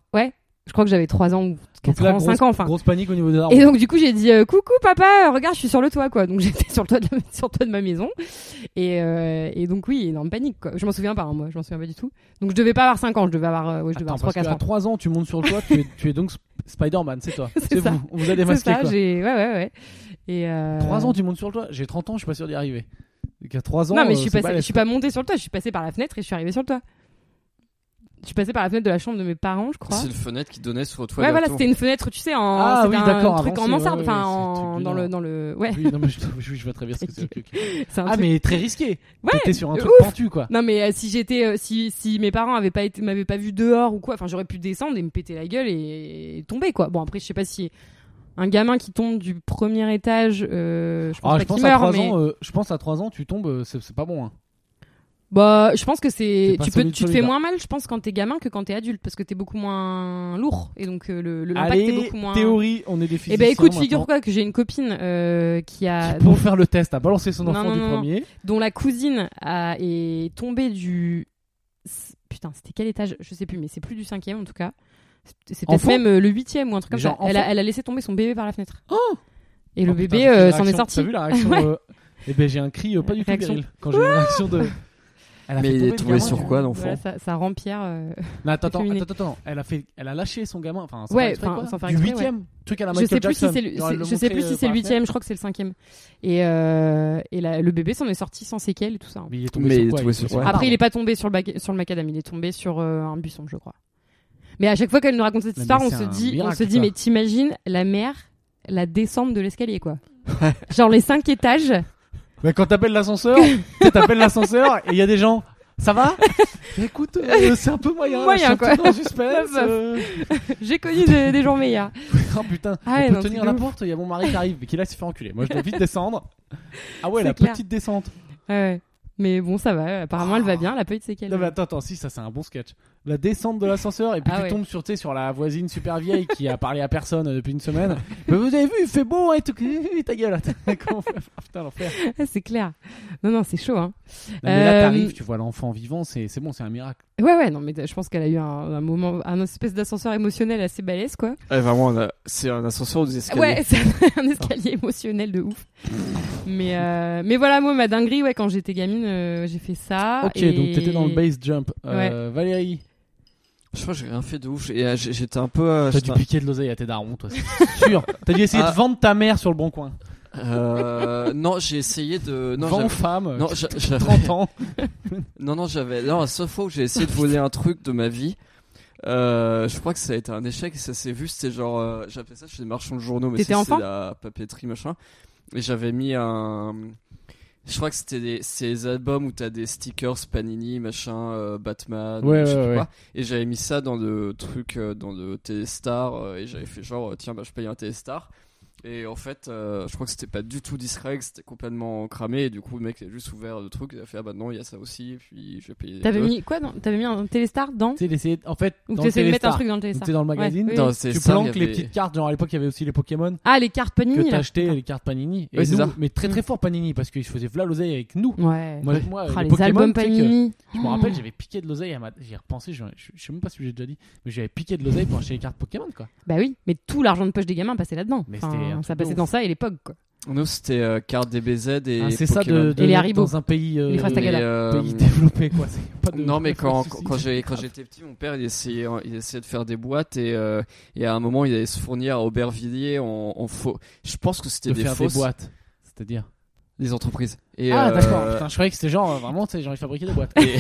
S2: Je crois que j'avais 3 ans ou 4 ans,
S1: grosse,
S2: 5 ans enfin.
S1: grosse panique au niveau des arbres.
S2: Et donc du coup j'ai dit euh, coucou papa, euh, regarde je suis sur le toit quoi. Donc [LAUGHS] j'étais sur le toit de, la- sur le toit de ma maison et, euh, et donc oui énorme panique quoi. Je m'en souviens pas hein, moi, je m'en souviens pas du tout. Donc je devais pas avoir 5 ans, je devais avoir euh, ouais, je devais
S1: Attends, parce
S2: avoir 3 4
S1: qu'à
S2: ans.
S1: 3 ans, tu montes sur le toit, tu es, tu es donc Sp- Spider-Man, c'est toi.
S2: [LAUGHS] C'est
S1: C'est
S2: ça.
S1: vous. On vous a
S2: C'est
S1: démasqué
S2: ça,
S1: quoi.
S2: j'ai ouais ouais ouais. Et euh,
S1: 3 ans, tu montes sur le toit. J'ai 30 ans, je suis pas sûr d'y arriver. Donc à 3 ans,
S2: Non mais
S1: euh,
S2: je suis
S1: c'est
S2: passée-
S1: balèze,
S2: je suis pas montée sur le toit, je suis passée par la fenêtre et je suis arrivée sur le toit. je passais par la fenêtre de la chambre de mes parents, je crois.
S3: C'est une fenêtre qui donnait sur toi.
S2: Ouais, voilà, c'était une fenêtre, tu sais, en
S1: Ah
S2: c'était
S1: oui,
S2: un
S1: d'accord,
S2: truc en
S1: avancé,
S2: mansarde,
S1: ouais,
S2: enfin
S1: ouais, c'est
S2: en-
S1: le truc
S2: dans
S1: du
S2: le
S1: Nord.
S2: dans le ouais,
S1: Oui, non, mais je, oui, je vois très bien ce que
S2: [LAUGHS]
S1: c'est. ok, ok.
S2: c'est un
S1: Ah,
S2: truc.
S1: mais très risqué.
S2: Ouais,
S1: T'étais sur un
S2: de
S1: truc pentu, quoi.
S2: Non mais euh, si j'étais euh, si si mes parents avaient pas été m'avaient pas vu dehors ou quoi, enfin j'aurais pu descendre et me péter la gueule et, et tomber quoi. Bon après je sais pas si un gamin qui tombe du premier étage euh, je pense
S1: Ah,
S2: pas
S1: je pense
S2: qu'il
S1: à
S2: meurt
S1: trois
S2: mais
S1: ans, euh, je pense à 3 ans, tu tombes, euh, c'est c'est pas bon. hein.
S2: bah je pense que
S1: T'es
S2: c'est
S1: pas
S2: tu peux
S1: solide,
S2: tu te fais
S1: solide,
S2: moins mal je pense quand t'es gamin que quand t'es adulte parce que t'es beaucoup moins lourd et donc euh, le le- l'impact est
S1: Allez,
S2: beaucoup moins
S1: théorie, on est des
S2: Eh
S1: physiciens.
S2: ben écoute,
S1: maintenant.
S2: figure-toi que j'ai une copine euh, qui a
S1: Qui, Pour faire le test, a balancé son
S2: Non,
S1: enfant
S2: non,
S1: du
S2: non, non.
S1: premier.
S2: dont la cousine a- est tombée du. c'est- Putain, c'était quel étage Je sais plus, mais c'est plus du cinquième en tout cas. C'est- C'est peut-être
S1: Enfant
S2: même euh, le huitième ou un truc comme
S1: Genre
S2: ça. Elle a, elle a laissé tomber son bébé par la fenêtre. Et le
S1: Oh, putain,
S2: bébé
S1: j'ai
S2: euh,
S1: une
S2: s'en est
S1: réaction-
S2: sorti.
S1: T'as vu la réaction
S2: Ouais. [LAUGHS]
S1: euh, Eh ben j'ai un cri euh, pas du tout
S2: Réaction.
S1: viril quand j'ai une réaction
S3: [LAUGHS]
S1: de. Elle a fait
S3: Mais il
S1: tomber
S3: est
S1: le
S3: tombé
S1: gamin,
S3: sur
S1: tu vois.
S3: quoi,
S2: Voilà,
S3: l'enfant
S2: ça, ça rend Pierre. euh,
S1: Non, attends, attends,
S2: Efféminé.
S1: attends, attends. Elle a fait, elle a lâché son gamin. Enfin, sans
S2: Ouais,
S1: faire exprès,
S2: enfin,
S1: quoi. hein,
S2: sans faire
S1: Du
S2: exprès,
S1: huitième, truc à la
S2: je
S1: Michael
S2: sais plus si
S1: Jackson.
S2: c'est le,
S1: Genre, elle
S2: c'est-
S1: le
S2: je sais
S1: montrait,
S2: plus si
S1: euh, par
S2: c'est le
S1: la fenêtre.
S2: huitième, je crois que c'est le cinquième. Et, euh, et la- le bébé s'en est sorti sans séquelles et tout ça. hein.
S1: Mais il est tombé
S3: Mais
S1: sur
S3: il est
S1: quoi
S3: tombé sur quoi
S1: un
S2: Après, il est
S1: arbre.
S2: pas tombé sur le, bac- sur le macadam, il est tombé sur euh, un buisson, je crois. Mais à chaque fois qu'elle nous raconte cette
S1: Mais
S2: histoire,
S1: mais
S2: on
S1: c'est
S2: se
S1: un
S2: dit, on
S1: miracle,
S2: se dit,
S1: ça.
S2: mais t'imagines la mère, la descente de l'escalier, quoi. Genre les
S1: [LAUGHS]
S2: cinq étages.
S1: Mais quand t'appelles
S2: [LAUGHS]
S1: l'ascenseur, tu t'appelles l'ascenseur et il y a des gens. Ça va Écoute, euh, c'est un peu moyen.
S2: Moyen,
S1: je suis un
S2: quoi.
S1: peu dans le
S2: [LAUGHS]
S1: suspense.
S2: La meuf.
S1: euh.
S2: J'ai connu des, des jours meilleurs.
S1: Oh putain,
S2: Ah ouais,
S1: on peut
S2: non,
S1: tenir
S2: c'est
S1: la
S2: de ouf.
S1: porte, il y a mon mari qui arrive, mais qui là s'est fait enculer. Moi je dois
S2: [LAUGHS]
S1: vite descendre. Ah ouais,
S2: C'est
S1: la
S2: clair.
S1: petite descente.
S2: Ouais, ouais. Mais bon, ça va. Apparemment, elle va bien. Elle a pas eu de séquelles.
S1: Oh. Non mais attends, attends, si ça c'est un bon sketch. La descente de l'ascenseur et puis
S2: Ah
S1: tu
S2: ouais.
S1: tombes sur, tu sais, sur la voisine super vieille qui
S2: [LAUGHS]
S1: a parlé à personne euh, depuis une semaine. mais vous avez vu, il fait beau et tout. [LAUGHS] Ta gueule. [LAUGHS] Comment on fait Ah, putain l'enfer.
S2: [LAUGHS] c'est clair. Non, non, c'est chaud. Hein.
S1: Non, Mais là
S2: Euh,
S1: t'arrives, tu vois l'enfant vivant, c'est c'est bon, c'est un miracle.
S2: Ouais, ouais. Non, mais euh, je pense qu'elle a eu un, un moment, un espèce d'ascenseur émotionnel assez balèze, quoi.
S1: Eh,
S3: Ouais, vraiment, on a- c'est un ascenseur ou des escaliers.
S2: Ouais, c'est un- un escalier émotionnel de ouf. mais, euh, mais voilà, moi, ma dinguerie, ouais, quand j'étais gamine, euh, j'ai fait ça.
S1: ok,
S2: et-
S1: donc t'étais dans le base jump. Euh, Valérie,
S3: Je crois que j'ai rien fait de ouf. Et euh, j'ai- j'étais un peu. euh,
S1: t'as
S3: j'étais
S1: dû
S3: un-
S1: piquer de l'oseille à tes darons, toi. c'est
S3: [LAUGHS]
S1: sûr. T'as dû essayer
S3: Ah.
S1: de vendre ta mère sur le bon coin.
S3: Euh, non, j'ai essayé de. Non,
S1: Vends
S3: j'avais-
S1: aux femmes.
S3: non,
S1: Non, [LAUGHS]
S3: j'a- j'avais-
S1: 30
S3: [LAUGHS]
S1: ans.
S3: non, non, j'avais. Non, la seule fois où j'ai essayé de voler un truc de ma vie, euh, je crois que ça a été un échec et ça s'est vu. C'était genre. euh, J'appelais ça chez des marchands de journaux, mais
S2: T'étais
S3: ça,
S2: enfant
S3: c'est la papeterie, machin. Et j'avais mis un. Je crois que c'était des, c'est des albums où t'as des stickers Panini, machin, euh, Batman,
S1: Ouais,
S3: je sais
S1: ouais,
S3: plus
S1: ouais.
S3: quoi. Et j'avais mis ça dans le truc, euh, dans le Téléstar, euh, et j'avais fait genre, euh, tiens, bah, je paye un Téléstar. Et en fait, euh, je crois que c'était pas du tout discret, que c'était complètement cramé, et du coup, le mec il a juste ouvert le truc, il a fait, ah bah non, il y a ça aussi, et puis je vais payer. les
S2: T'avais
S3: deux.
S2: mis quoi dans- T'avais mis un téléstar dans
S1: Tu sais, d'essayer- en fait,
S2: Ou
S1: dans
S2: t'essayais de
S1: le
S2: mettre un
S1: Téléstar,
S2: truc dans le
S1: Donc,
S2: téléstar
S1: t'es dans le magazine,
S2: Ouais, oui,
S3: Dans
S2: oui.
S3: c'est
S1: tu
S3: ça, il y
S1: planques les
S3: avait-
S1: petites cartes. Genre à l'époque, il y avait aussi les Pokémon
S2: Ah, les cartes Panini
S1: que
S2: là.
S1: t'achetais, les cartes Panini. Et
S3: Oui, c'est
S1: nous-
S3: ça.
S1: mais très très fort Panini parce qu'ils se faisaient v'là l'oseille avec nous.
S2: Mm. Ouais.
S1: Moi,
S3: Ouais.
S1: moi,
S2: Ah,
S1: les
S2: les
S1: Pokémon,
S2: albums
S1: tu sais que-
S2: Panini. Mmh.
S1: je me rappelle, j'avais piqué de l'oseille. à ma- J'y ai repensé, je, je- je sais même pas si j'ai déjà dit, mais j'avais piqué de l'oseille pour acheter les cartes Pokémon quoi.
S2: Bah oui, mais tout l'argent de poche des gamins passait là-dedans.
S1: Mais
S2: Enfin,
S1: c'était un
S2: ça
S1: truc de
S2: passait
S1: ouf.
S2: dans ça et les POG quoi.
S3: Nous, c'était euh, carte DBZ et.
S1: Ah, c'est ça de,
S3: Pokémon.
S1: de
S2: Et les
S1: naître
S2: Haribo.
S1: dans un pays, euh,
S2: Les Frasca
S3: Et,
S2: Tagada.
S3: euh,
S1: pays développé quoi. c'est pas de-
S3: Non, mais
S1: pas de
S3: quand,
S1: soucis.
S3: quand, j'ai- quand j'étais petit, mon père il essayait, hein, il essayait de faire des boîtes et, euh, et à un moment il allait se fournir à Aubervilliers en, en faux. Je pense que c'était
S1: de
S3: des
S1: faire
S3: fausses
S1: des boîtes, c'est-à-dire.
S3: des entreprises. Et,
S1: ah
S3: euh,
S1: d'accord. Putain, je croyais que c'était genre euh, vraiment, tu sais, genre ils fabriquaient des
S3: [LAUGHS]
S1: boîtes.
S3: et,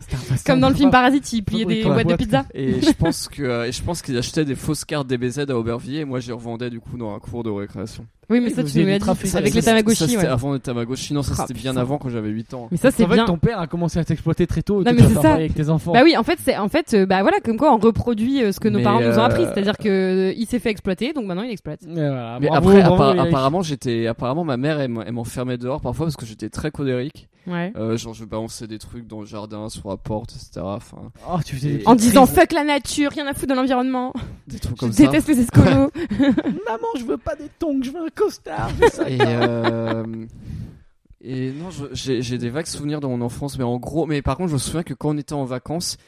S1: C'était un façon
S2: Comme dans le
S1: de
S2: film
S1: voir.
S2: Parasite, ils pliaient
S1: fabriquer
S2: des
S1: la
S2: boîtes de
S1: boîte.
S2: pizza.
S3: et
S2: [LAUGHS]
S3: je pense que euh, et je pense qu'il achetait des fausses cartes DBZ à Aubervilliers et moi j'y revendais du coup dans un cours de récréation.
S2: Oui, mais
S1: Oui, vous
S2: ça tu nous
S1: faisiez
S2: l'as
S1: des
S2: dit
S1: trafics
S2: avec
S1: avec
S2: les
S1: les-
S3: Ça, ça,
S2: Tamagotchi.
S3: c'était
S2: ouais.
S3: avant les Tamagotchi. Non, ça
S2: Ah,
S3: c'était bien
S2: putain.
S3: avant quand j'avais 8 ans.
S2: Mais ça
S1: C'est
S2: c'est
S1: vrai
S2: bien.
S1: que ton père a commencé à t'exploiter très tôt et
S2: Non,
S1: que
S2: mais
S1: tu as
S2: c'est ça.
S1: travaillé avec tes enfants.
S2: Bah oui, en fait, c'est en fait, euh, bah voilà, comme quoi on reproduit euh, ce que nos
S3: Mais,
S2: parents nous ont
S3: euh,
S2: appris, c'est-à-dire que euh, il s'est fait exploiter, donc maintenant il exploite.
S1: Et voilà,
S3: Mais
S1: bravo,
S3: après,
S1: bravo,
S3: appa-
S1: Valérie.
S3: apparemment, j'étais, apparemment, ma mère, elle m- elle m'enfermait dehors parfois parce que j'étais très colérique.
S2: Ouais.
S3: Euh, genre, je balançais des trucs dans le jardin, sur la porte, etc. Enfin,
S1: Oh, tu faisais des
S3: Et-
S2: En
S1: petites
S2: disant
S1: prises.
S2: fuck la nature, rien à foutre de l'environnement.
S3: des trucs
S2: Je
S3: comme ça.
S2: déteste
S1: [LAUGHS]
S2: les escolos. Oh,
S1: Maman, je veux pas des tongs, je veux un costard.
S3: Et, euh, et non, je- j'ai j'ai des vagues souvenirs de mon enfance, mais en gros, mais par contre, je me souviens que quand on était en vacances,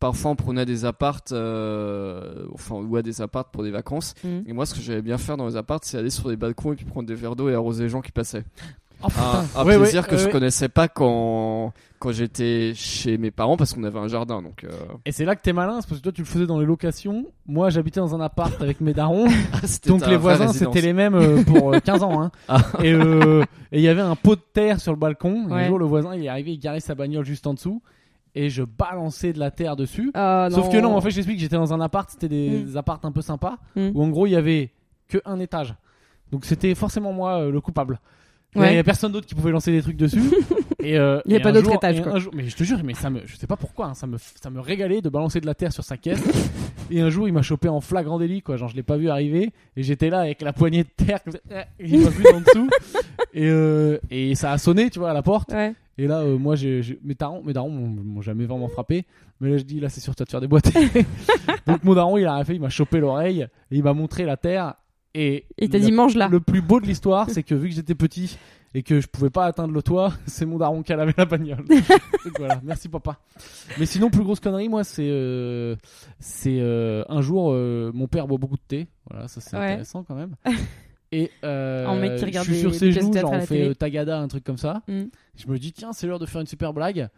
S3: parfois on prenait des appartes, euh, enfin, on louait des appartes pour des vacances.
S2: Mhm.
S3: Et moi, ce que j'aimais bien faire dans les appartes, c'est aller sur des balcons et puis prendre des verres d'eau et arroser les gens qui passaient.
S1: Oh, putain.
S3: Un, Ah, un
S1: Ouais,
S3: plaisir
S1: ouais,
S3: que
S1: ouais,
S3: je
S1: ouais.
S3: connaissais pas quand, quand j'étais chez mes parents parce qu'on avait un jardin, donc. euh,
S1: Et c'est là que t'es malin, c'est parce que toi tu le faisais dans les locations. Moi j'habitais dans un appart avec mes darons,
S3: c'était
S1: Ah, donc
S3: un
S1: les
S3: vrai
S1: voisins
S3: résidence.
S1: c'était les mêmes euh, pour euh, 15 ans. Hein.
S3: [LAUGHS] Ah.
S1: Et euh, et il y avait un pot de terre sur le balcon. Et
S2: Ouais.
S1: Un jour le voisin il est arrivé, il garait sa bagnole juste en dessous. et je balançais de la terre dessus.
S2: Ah,
S1: Sauf que non, en fait, j'explique, j'étais dans un appart, c'était des,
S2: Mm.
S1: des apparts un peu sympas,
S2: Mm.
S1: où en gros, il y avait que un étage. Donc c'était forcément moi euh, le coupable. Mais
S2: Ouais.
S1: Il y avait personne d'autre qui pouvait lancer des trucs
S2: [LAUGHS]
S1: dessus. et, euh,
S2: Il y a
S1: et
S2: pas
S1: un
S2: d'autre
S1: jour-
S2: étage,
S1: et
S2: quoi.
S1: un jour- mais je te jure, mais ça me, je sais pas pourquoi, hein, ça, me, ça me régalait de balancer de la terre sur sa caisse. et un jour, il m'a chopé en flagrant délit, quoi. Genre, je l'ai pas vu arriver. Et j'étais là avec la poignée de terre. comme ça, euh, et il m'a vu en dessous. Et, euh, et ça a sonné, tu vois, à la porte.
S2: Ouais.
S1: Et là, euh, moi, j'ai, j'ai- mes darons, mes darons m'ont, m'ont jamais vraiment frappé. Mais là, je dis, là, c'est sûr, tu vas te faire déboîter. [LAUGHS] Donc, mon daron, il a rien fait, il m'a chopé l'oreille et il m'a montré la terre. Et,
S2: Et t'as
S1: le-
S2: dit mange là.
S1: le plus beau de l'histoire, c'est que vu que j'étais petit et que je pouvais pas atteindre le toit, [LAUGHS] c'est mon daron qui a lavé la
S2: [LAUGHS]
S1: bagnole. Donc voilà, merci papa. Mais sinon, plus grosse connerie, moi, c'est euh, c'est euh, un jour, euh, mon père boit beaucoup de thé. Voilà, ça c'est
S2: Ouais.
S1: intéressant quand
S2: [LAUGHS]
S1: même. Et euh,
S2: Un mec qui
S1: je
S2: regarde
S1: suis
S2: des-
S1: sur
S2: des
S1: ses
S2: pièces de
S1: genoux,
S2: théâtre
S1: genre
S2: à
S1: on
S2: la
S1: fait
S2: télé.
S1: euh, tagada, un truc comme ça.
S2: Mm.
S1: Je me dis, tiens, c'est l'heure de faire une super blague.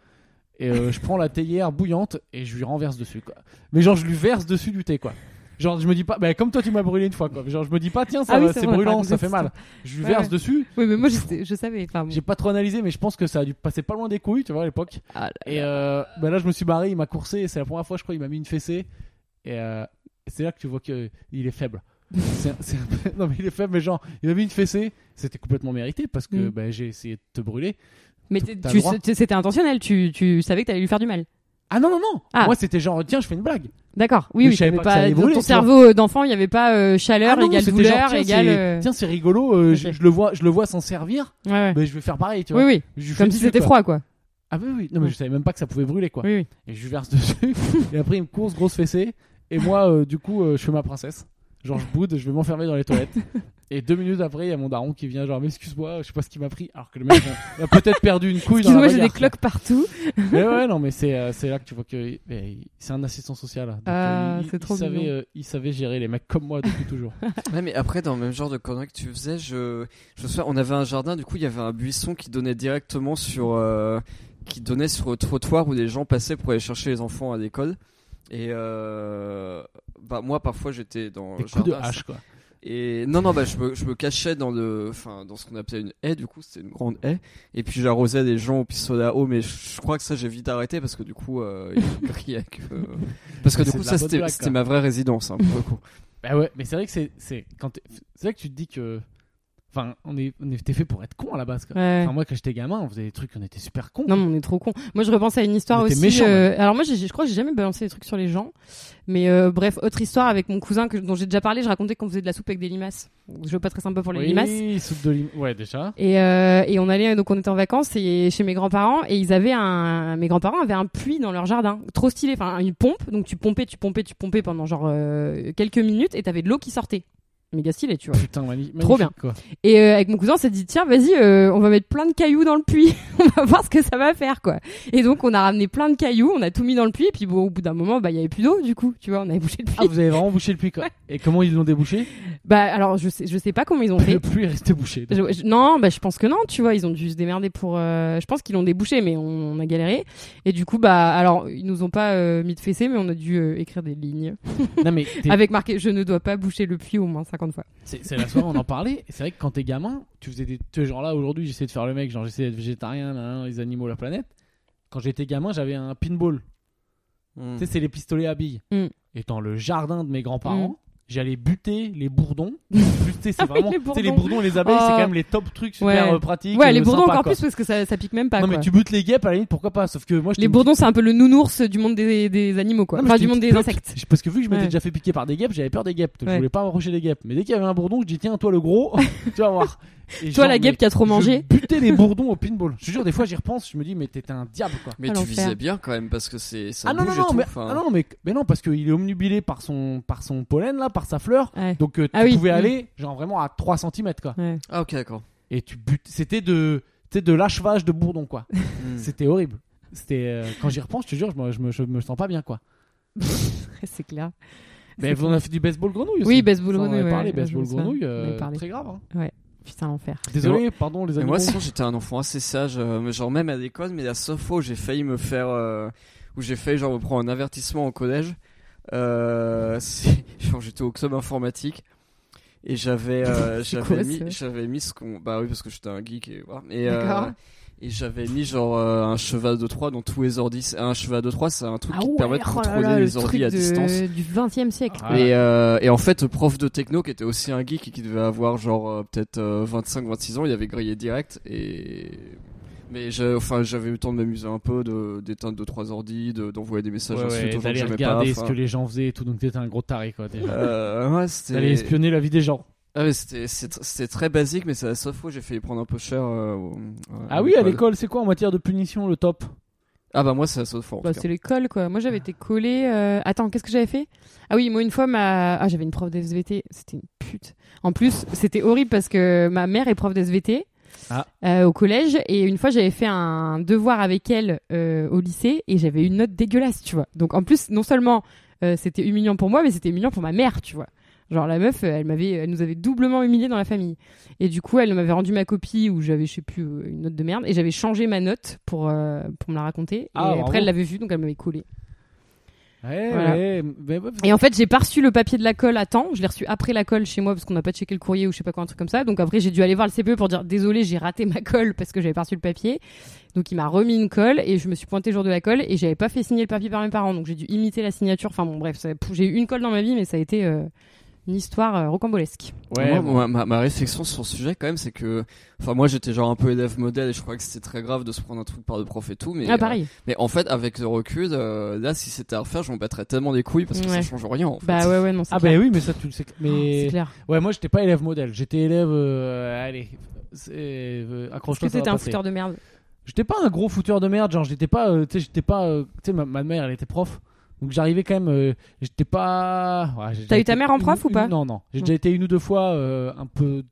S1: Et euh, je prends la théière bouillante et je lui renverse dessus, quoi. Mais genre, je lui verse dessus du thé, quoi. Genre, je me dis pas, bah, comme toi, tu m'as brûlé une fois, quoi. Genre, je me dis pas, tiens, ça
S2: Ah oui,
S1: va,
S2: c'est
S1: c'est
S2: vrai,
S1: brûlant,
S2: par
S1: ça
S2: exemple,
S1: fait mal. Je lui
S2: Ouais,
S1: verse
S2: ouais.
S1: dessus.
S2: Oui, mais moi je, sais- je savais. Enfin, bon.
S1: J'ai pas trop analysé, mais je pense que ça a dû passer pas loin des couilles, tu vois, à l'époque.
S2: Ah là
S1: Et euh, bah, là, je me suis barré, il m'a coursé, et c'est la première fois, je crois, il m'a mis une fessée. Et euh, c'est là que tu vois qu'il est
S2: [LAUGHS]
S1: faible. C'est- c'est un peu- Non, mais il est faible, mais genre, il m'a mis une fessée. C'était complètement mérité parce que
S2: Mm.
S1: bah, j'ai essayé de te brûler.
S2: mais t'es-
S1: t'as
S2: tu-
S1: le droit.
S2: tu- c'était intentionnel. Tu, tu savais que t'allais lui faire du mal.
S1: Ah non, non, non
S2: Ah.
S1: Moi, c'était genre, tiens, je fais une blague.
S2: D'accord.
S1: Mais
S2: Oui, oui.
S1: je savais
S2: t'avais
S1: pas que ça allait
S2: dans
S1: brûler,
S2: ton
S1: tu vois.
S2: cerveau euh, d'enfant, il n'y avait pas euh, chaleur
S1: Ah non,
S2: égale
S1: c'était genre,
S2: douleur
S1: tiens,
S2: égale.
S1: c'est-
S2: euh,
S1: Tiens, c'est rigolo, euh, je,
S2: Ok.
S1: je le vois, je le vois s'en servir,
S2: ouais, ouais.
S1: mais je vais faire pareil, tu vois.
S2: Oui, oui.
S1: Je lui fais
S2: Comme si
S1: dessus,
S2: c'était
S1: quoi.
S2: froid, quoi.
S1: Ah oui, oui. Non, mais je savais même pas que ça pouvait brûler, quoi.
S2: Oui, oui.
S1: Et je lui verse dessus, [LAUGHS] et après, il me course, grosse fessée, et moi, euh, du coup, euh, je fais ma princesse. Genre, je boude, je vais m'enfermer dans les toilettes. Et deux minutes après, il y a mon daron qui vient, genre, mais excuse-moi, je sais pas ce qu'il m'a pris, alors que le mec il a peut-être perdu une couille dans la
S2: Excuse-moi, j'ai des
S1: bagarre, quoi.
S2: cloques partout.
S1: Mais ouais, non, mais c'est euh, c'est là que tu vois que mais il- c'est un assistant social. Donc,
S2: Ah,
S1: euh, il,
S2: c'est
S1: il
S2: trop
S1: savait,
S2: mignon.
S1: euh, il savait gérer les mecs comme moi depuis toujours.
S3: Ouais, mais après, dans le même genre de conneries que tu faisais, je, je me souviens, on avait un jardin, du coup, il y avait un buisson qui donnait directement sur, euh, qui donnait sur le trottoir où les gens passaient pour aller chercher les enfants à l'école. Et euh, bah moi parfois j'étais dans
S1: Des
S3: le
S1: coups de
S3: jardin,
S1: hache, quoi.
S3: et non, non, bah, je me, je me cachais dans le, enfin, dans ce qu'on appelait une haie, du coup, c'était une grande haie. Et puis, j'arrosais des gens au pistolet à eau, mais je, je crois que ça, j'ai vite arrêté parce que du coup, euh, [LAUGHS] ils criaient que. euh, Parce que
S1: Mais
S3: du
S1: c'est
S3: coup,
S1: de la
S3: ça,
S1: bonne
S3: c'était
S1: blague,
S3: c'était
S1: quoi.
S3: ma vraie résidence, hein, pour le coup.
S1: Bah ouais, mais c'est vrai que c'est c'est quand t'es- c'est là que tu te dis que enfin on est on était fait pour être con à la base quoi.
S2: Ouais.
S1: Enfin moi quand j'étais gamin, on faisait des trucs on était super con.
S2: Non, mais on est trop con. Moi, je repense à une histoire
S1: On était
S2: aussi.
S1: méchants,
S2: euh, alors moi, j'ai- je crois que j'ai jamais balancé des trucs sur les gens. Mais euh, bref, autre histoire avec mon cousin que, dont j'ai déjà parlé. Je racontais qu'on faisait de la soupe avec des limaces. Je veux pas très sympa pour les limaces.
S1: Oui, soupe de lim- ouais déjà.
S2: Et, euh, et on allait donc on était en vacances et chez mes grands-parents et ils avaient un mes grands-parents avaient un puits dans leur jardin trop stylé enfin une pompe donc tu pompais tu pompais tu pompais pendant genre euh, quelques minutes et t'avais de l'eau qui sortait méga stylé tu vois
S1: Putain, magnifique.
S2: Trop
S1: magnifique,
S2: [LAUGHS]
S1: quoi.
S2: et euh, avec mon cousin on s'est dit tiens vas-y euh, on va mettre plein de cailloux dans le puits [LAUGHS] on va voir ce que ça va faire quoi et donc on a ramené plein de cailloux on a tout mis dans le puits et puis bon, au bout d'un moment bah il y avait plus d'eau du coup tu vois on avait bouché le puits
S1: Ah, vous avez vraiment bouché le puits quoi. Et comment ils l'ont débouché
S2: bah alors je sais je sais pas comment ils ont fait
S1: Le puits est resté bouché.
S2: Je- je- non, bah, je pense que non, tu vois, ils ont dû se démerder pour. euh, je pense qu'ils l'ont débouché, mais on, on a galéré. Et du coup, bah, alors, ils nous ont pas euh, mis de fessée, mais on a dû euh, écrire des lignes
S1: Non mais t'es-
S2: avec marqué Je ne dois pas boucher le puits au moins 50 fois.
S1: C'est c'est la soirée, on en parlait. Et C'est vrai que quand t'es gamin, tu faisais des. Tu, sais, genre là, aujourd'hui, j'essaie de faire le mec, genre j'essaie d'être végétarien, là, là, les animaux, la planète. Quand j'étais gamin, j'avais un pinball.
S3: Mm.
S1: Tu sais, c'est les pistolets à billes.
S2: Mm.
S1: Et dans le jardin de mes grands-parents, j'allais buter les bourdons. [LAUGHS] Plus, tu sais, c'est vraiment.
S2: Ah les
S1: tu sais, les
S2: bourdons.
S1: bourdons, les abeilles, c'est
S2: Oh.
S1: quand même les top trucs super
S2: Ouais.
S1: euh, pratiques.
S2: ouais,
S1: euh,
S2: les bourdons
S1: sympas,
S2: encore
S1: quoi.
S2: plus parce que ça, ça pique même pas.
S1: Non, mais
S2: quoi.
S1: tu butes les guêpes, à la limite, pourquoi pas Sauf que moi, je
S2: Les bourdons, c'est un peu le nounours du monde des, des animaux,
S3: Ah,
S2: quoi. Enfin, du monde des insectes.
S1: Parce que vu que je m'étais
S2: Ouais.
S1: déjà fait piquer par des guêpes, j'avais peur des guêpes. donc Je
S2: Ouais.
S1: voulais pas m'approcher des guêpes. Mais dès qu'il y avait un bourdon, je dis tiens, toi le gros, [LAUGHS] tu vas voir. Et
S2: Toi,
S1: genre,
S2: la
S1: mais-
S2: guêpe qui a trop mangé.
S1: je butais les bourdons au pinball. Je te jure, des fois j'y repense, je me dis mais t'étais un diable quoi.
S3: Mais
S2: À
S3: tu
S2: l'enfer.
S3: visais bien quand même, parce que c'est, ça
S1: ah non
S3: bouge
S1: non
S3: et
S1: non,
S3: tout,
S1: mais,
S3: enfin.
S1: ah non mais mais non parce qu'il est omnubilé par son par son pollen là, par sa fleur.
S2: Ouais.
S1: Donc euh, tu
S2: Ah oui,
S1: pouvais
S2: oui.
S1: aller genre vraiment à 3 cm quoi.
S2: Ouais.
S3: Ah, ok, d'accord.
S1: Et tu butais c'était de c'était de l'achevage de bourdon quoi.
S2: Mm.
S3: Hmm.
S1: C'était horrible. C'était euh, quand j'y repense, je te jure, je me, je me, je me sens pas bien quoi.
S2: c'est clair.
S1: Mais on a fait du baseball grenouille aussi.
S2: Oui, baseball
S1: Ça, on en
S2: grenouille,
S1: avait parlé,
S2: ouais, je me
S1: baseball
S2: souviens.
S1: grenouille,
S2: On avait
S1: euh,
S2: parlé.
S1: très grave. hein.
S2: Putain, l'enfer.
S1: Désolé, pardon les
S3: Mais
S1: amis.
S3: moi, sinon, j'étais un enfant assez sage, euh, mais genre même à l'école, mais la seule fois où j'ai failli me faire, euh, où j'ai failli genre me prendre un avertissement au collège, euh, c'est- [LAUGHS] genre j'étais au club informatique et j'avais,
S2: [LAUGHS]
S3: euh,
S2: C'est
S3: j'avais
S2: quoi,
S3: mis,
S2: ça
S3: j'avais mis ce qu'on, bah oui parce que j'étais un geek et voilà. Et,
S2: D'accord.
S3: euh, Et j'avais mis genre euh, un cheval de 3 dans tous les ordis. Un cheval de 3, c'est un truc qui te permet de
S2: oh là
S3: contrôler
S2: là,
S3: les
S2: le
S3: ordis
S2: truc
S3: à
S2: de-
S3: distance.
S2: Du 20 e siècle.
S1: Ah.
S3: Et, euh, et en fait, le prof de techno qui était aussi un geek et qui devait avoir genre euh, peut-être 25-26 ans, il avait grillé direct. Et mais j'ai- enfin, j'avais eu le temps de m'amuser un peu, de d'éteindre deux trois ordi, de- d'envoyer des messages
S1: Ouais, ouais,
S3: insultes aux gens que
S1: d'aller
S3: j'aimais
S1: regarder
S3: pas.
S1: ce
S3: enfin.
S1: que les gens faisaient et tout, donc t'étais un gros taré quoi déjà.
S3: Euh, ouais,
S1: D'aller
S3: c'était
S1: espionner la vie des gens.
S3: ah, mais c'était- c'est- c'était très basique, mais c'est la seule fois où j'ai failli prendre un peu cher. euh, au-
S1: Ah oui, à l'école, c'est quoi en matière de punition le top
S3: Ah bah moi, c'est la seule fois. en
S2: Bah,
S3: tout cas.
S2: c'est l'école quoi. Moi j'avais été collée. euh, Attends, qu'est-ce que j'avais fait Ah oui, moi une fois, ma... ah, j'avais une prof d'SVT. C'était une pute. En plus, c'était horrible parce que ma mère est prof d'SVT
S1: Ah.
S2: euh, au collège. Et une fois, j'avais fait un devoir avec elle euh, au lycée et j'avais une note dégueulasse, tu vois. Donc en plus, non seulement euh, c'était humiliant pour moi, mais c'était humiliant pour ma mère, tu vois. Genre la meuf, euh, elle m'avait, elle nous avait doublement humilié dans la famille. Et du coup, elle m'avait rendu ma copie où j'avais, je sais plus, euh, une note de merde. Et j'avais changé ma note pour euh, pour me la raconter. Et
S1: Ah, bravo.
S2: après, elle l'avait vue, donc elle m'avait collé.
S1: Ouais,
S2: Voilà.
S1: ouais, mais- mais-
S2: Et en fait, j'ai pas reçu le papier de la colle à temps. Je l'ai reçu après la colle chez moi parce qu'on n'a pas checké le courrier ou je sais pas quoi, un truc comme ça. Donc après, j'ai dû aller voir le CPE pour dire désolé, j'ai raté ma colle parce que j'avais pas reçu le papier. Donc il m'a remis une colle et je me suis pointé le jour de la colle et j'avais pas fait signer le papier par mes parents. Donc j'ai dû imiter la signature. Enfin bon, bref, ça- pff, j'ai eu une colle dans ma vie, mais ça a été euh, une histoire euh, rocambolesque.
S1: Ouais,
S3: moi, moi, ma, ma réflexion sur ce sujet, quand même, c'est que. Enfin, moi, j'étais genre un peu élève modèle et je crois que c'était très grave de se prendre un truc par le prof et tout. Mais,
S2: ah, pareil.
S3: euh, mais en fait, avec le recul, euh, là, si c'était à refaire, je m'en battrais tellement des couilles parce que ça
S2: Ouais.
S3: change rien, en fait.
S2: Bah ouais, ouais, non, c'est
S1: Ah bah
S2: clair.
S1: oui, mais ça tu le sais.
S2: Oh, C'est
S1: Mais
S2: clair.
S1: ouais, moi j'étais pas élève modèle, j'étais élève. euh, Allez, c'est- euh,
S2: Parce que
S1: accroche-toi. ça va
S2: t'étais un
S1: passer.
S2: fouteur de merde.
S1: J'étais pas un gros fouteur de merde, genre j'étais pas, euh, tu sais, j'étais pas, euh, tu sais, ma, ma mère elle était prof, donc j'arrivais quand même, euh, j'étais pas. ouais, j'ai
S2: T'as
S1: déjà
S2: eu ta
S1: été
S2: mère en
S1: une-
S2: prof ou
S1: une-
S2: pas Hmm.
S1: Non, non, j'ai
S2: Non.
S1: déjà été une ou deux fois euh, un peu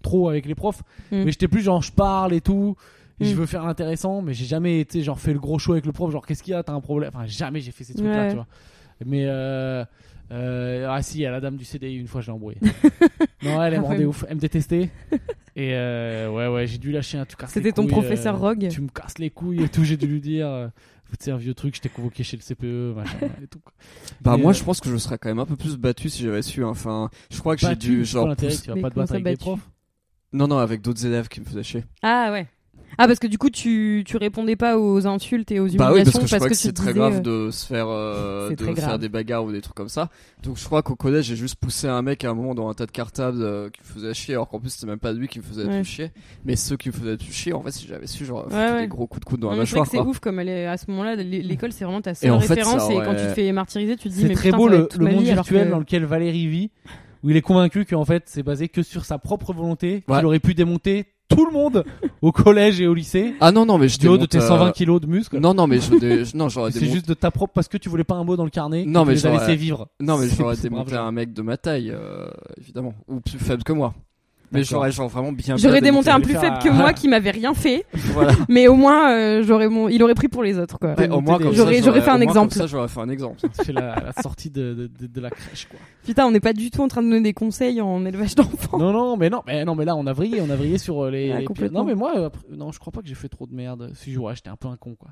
S1: trop avec les profs,
S2: Mm.
S1: mais j'étais plus genre je parle et tout. et Je
S2: Mm.
S1: veux faire intéressant, mais j'ai jamais été genre fait le gros show avec le prof, genre qu'est-ce qu'il y a, t'as un problème. Enfin, jamais j'ai fait ces trucs-là,
S2: Ouais.
S1: tu vois. Mais euh, euh, ah si, à la dame du CDI, une fois je l'ai
S2: [LAUGHS]
S1: embrouillée. non, elle, elle me
S2: Ah
S1: rendait
S2: ouais.
S1: ouf, elle me détestait. Et euh, ouais, ouais, j'ai dû lâcher un tu casses les
S2: C'était ton
S1: couilles,
S2: professeur
S1: euh,
S2: Rogue.
S1: tu me casses les couilles et tout, j'ai dû lui dire. euh, Tu sais, un vieux truc, je t'ai convoqué chez le CPE, machin et tout. quoi.
S3: Bah,
S1: Et,
S3: moi,
S1: euh,
S3: je pense que je serais quand même un peu plus battu si j'avais su. hein. Enfin, je crois que j'ai
S1: Battu,
S3: dû,
S1: c'est quoi
S3: genre.
S1: l'intérêt,
S3: pousser-
S1: tu vas
S2: Mais
S1: pas te
S2: comment
S1: battre
S2: ça,
S1: avec des
S2: battu
S1: profs.
S3: Non, non, avec d'autres élèves qui me faisaient chier.
S2: Ah ouais. Ah parce que du coup tu tu répondais pas aux insultes et aux humiliations
S3: Bah oui, parce que je crois que,
S2: tu
S3: c'est
S2: te
S3: très
S2: disais,
S3: grave
S2: euh,
S3: de se faire, euh,
S2: C'est
S3: de
S2: très
S3: faire
S2: grave.
S3: des bagarres ou des trucs comme ça. Donc je crois qu'au collège, j'ai juste poussé un mec à un moment dans un tas de cartables euh, qui me faisait chier, alors qu'en plus c'était même pas lui qui me faisait le
S2: Ouais.
S3: plus chier. Mais ceux qui me faisaient le plus chier, en fait, si j'avais su, j'aurais
S2: Ouais,
S3: foutu
S2: ouais.
S3: des gros coups de coude dans
S2: Non,
S3: la
S2: mais c'est vrai
S3: mâchoire.
S2: que c'est
S3: quoi.
S2: ouf comme elle est- à ce moment-là, l'é- l'école c'est vraiment ta seule
S3: en fait, ça
S2: référence et quand
S3: aurait-
S2: tu te fais martyriser, tu te dis
S1: C'est
S2: mais
S1: très
S2: putain,
S1: beau
S2: ça va
S1: le,
S2: être toute
S1: le
S2: ma
S1: monde
S2: vie, alors
S1: virtuel
S2: que-
S1: dans lequel Valérie vit, où il est convaincu qu'en fait c'est basé que sur sa propre volonté,
S3: Ouais.
S1: qu'il aurait pu démonter tout le monde au collège et au lycée,
S3: Ah non, non, mais je
S1: du haut de
S3: démonte.
S1: tes
S3: euh,
S1: 120 kilos de muscles.
S3: Non, non, mais je [LAUGHS] dé- je- non, j'aurais
S1: C'est
S3: démonté.
S1: juste de ta propre parce que tu voulais pas un mot dans le carnet.
S3: Non,
S1: que tu
S3: mais
S1: les as
S3: genre,
S1: laissé
S3: euh,
S1: vivre.
S3: Non, mais
S1: [LAUGHS] C'est-
S3: j'aurais
S1: c'est brave,
S3: démonté
S1: genre.
S3: un mec de ma taille, euh, évidemment, ou plus faible que moi. Mais
S1: D'accord.
S3: j'aurais genre vraiment bien.
S2: J'aurais
S3: bien
S2: démonté un
S1: démonter,
S2: plus
S1: faire
S2: faible que
S1: un-
S2: moi qui m'avait rien fait,
S1: [LAUGHS]
S3: Voilà.
S2: mais au moins euh, j'aurais mon... il aurait pris pour les autres quoi.
S3: Ouais, au moins comme ça,
S2: J'aurais- j'aurais fait un
S3: au moins comme
S2: exemple.
S3: ça, j'aurais fait un exemple.
S1: C'est la, la sortie de, de- de- de la crèche quoi.
S2: Putain, on n'est pas du tout en train de donner des conseils en élevage d'enfants.
S1: Non, non, mais non, mais non, mais là on a vrillé, on a vrillé sur euh, les.
S2: Ah,
S1: les-
S2: complètement.
S1: Non, mais moi, euh, après- non, je crois pas que j'ai fait trop de merde. Si je ouais, j'étais un peu un con quoi.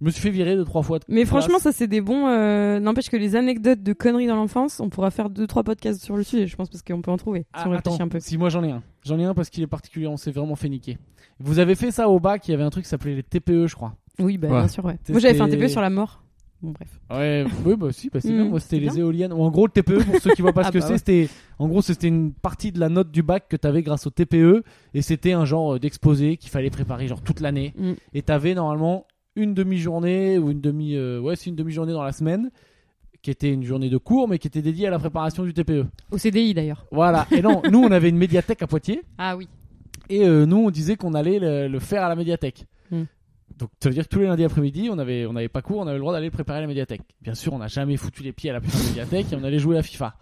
S1: Je me suis fait virer deux trois fois. de
S2: Mais
S1: classe.
S2: franchement, ça c'est des bons. euh, N'empêche que les anecdotes de conneries dans l'enfance, on pourra faire deux trois podcasts sur le sujet, je pense, parce qu'on peut en trouver si
S1: Ah,
S2: on réfléchit
S1: attends,
S2: un peu.
S1: Si moi j'en ai un, j'en ai un parce qu'il est particulier, on s'est vraiment fait niquer. Vous avez fait ça au bac, il y avait un truc qui s'appelait les TPE, je crois.
S2: Oui, bah,
S3: Ouais.
S2: bien sûr, ouais.
S1: C'était-
S2: Moi j'avais fait un TPE sur la mort. Bon, bref.
S1: Ouais, oui, bah si, bah, c'est
S2: Mm,
S1: bien. Moi, c'était
S2: c'est
S1: les
S2: bien.
S1: éoliennes. Ou en gros, le TPE, pour ceux qui voient pas ce
S2: [LAUGHS] Ah
S1: que
S2: bah
S1: c'est,
S2: ouais.
S1: c'était. En gros, c'était une partie de la note du bac que t'avais grâce au TPE. Et c'était un genre euh, d'exposé qu'il fallait préparer, genre toute l'année.
S2: Mm.
S1: Et t'avais normalement une demi-journée ou une demi. euh, ouais, c'est une demi-journée dans la semaine, qui était une journée de cours, mais qui était dédiée à la préparation du TPE.
S2: Au CDI d'ailleurs.
S1: Voilà. Et non, nous, on avait une médiathèque à Poitiers.
S2: Ah oui.
S1: Et euh, nous, on disait qu'on allait le, le faire à la médiathèque.
S2: Hmm.
S1: Donc, ça veut dire que tous les lundis après-midi, on avait, on avait pas cours, on avait le droit d'aller préparer à la médiathèque. Bien sûr, on n'a jamais foutu les pieds à la putain de médiathèque et on allait jouer à
S2: [LAUGHS]
S1: FIFA.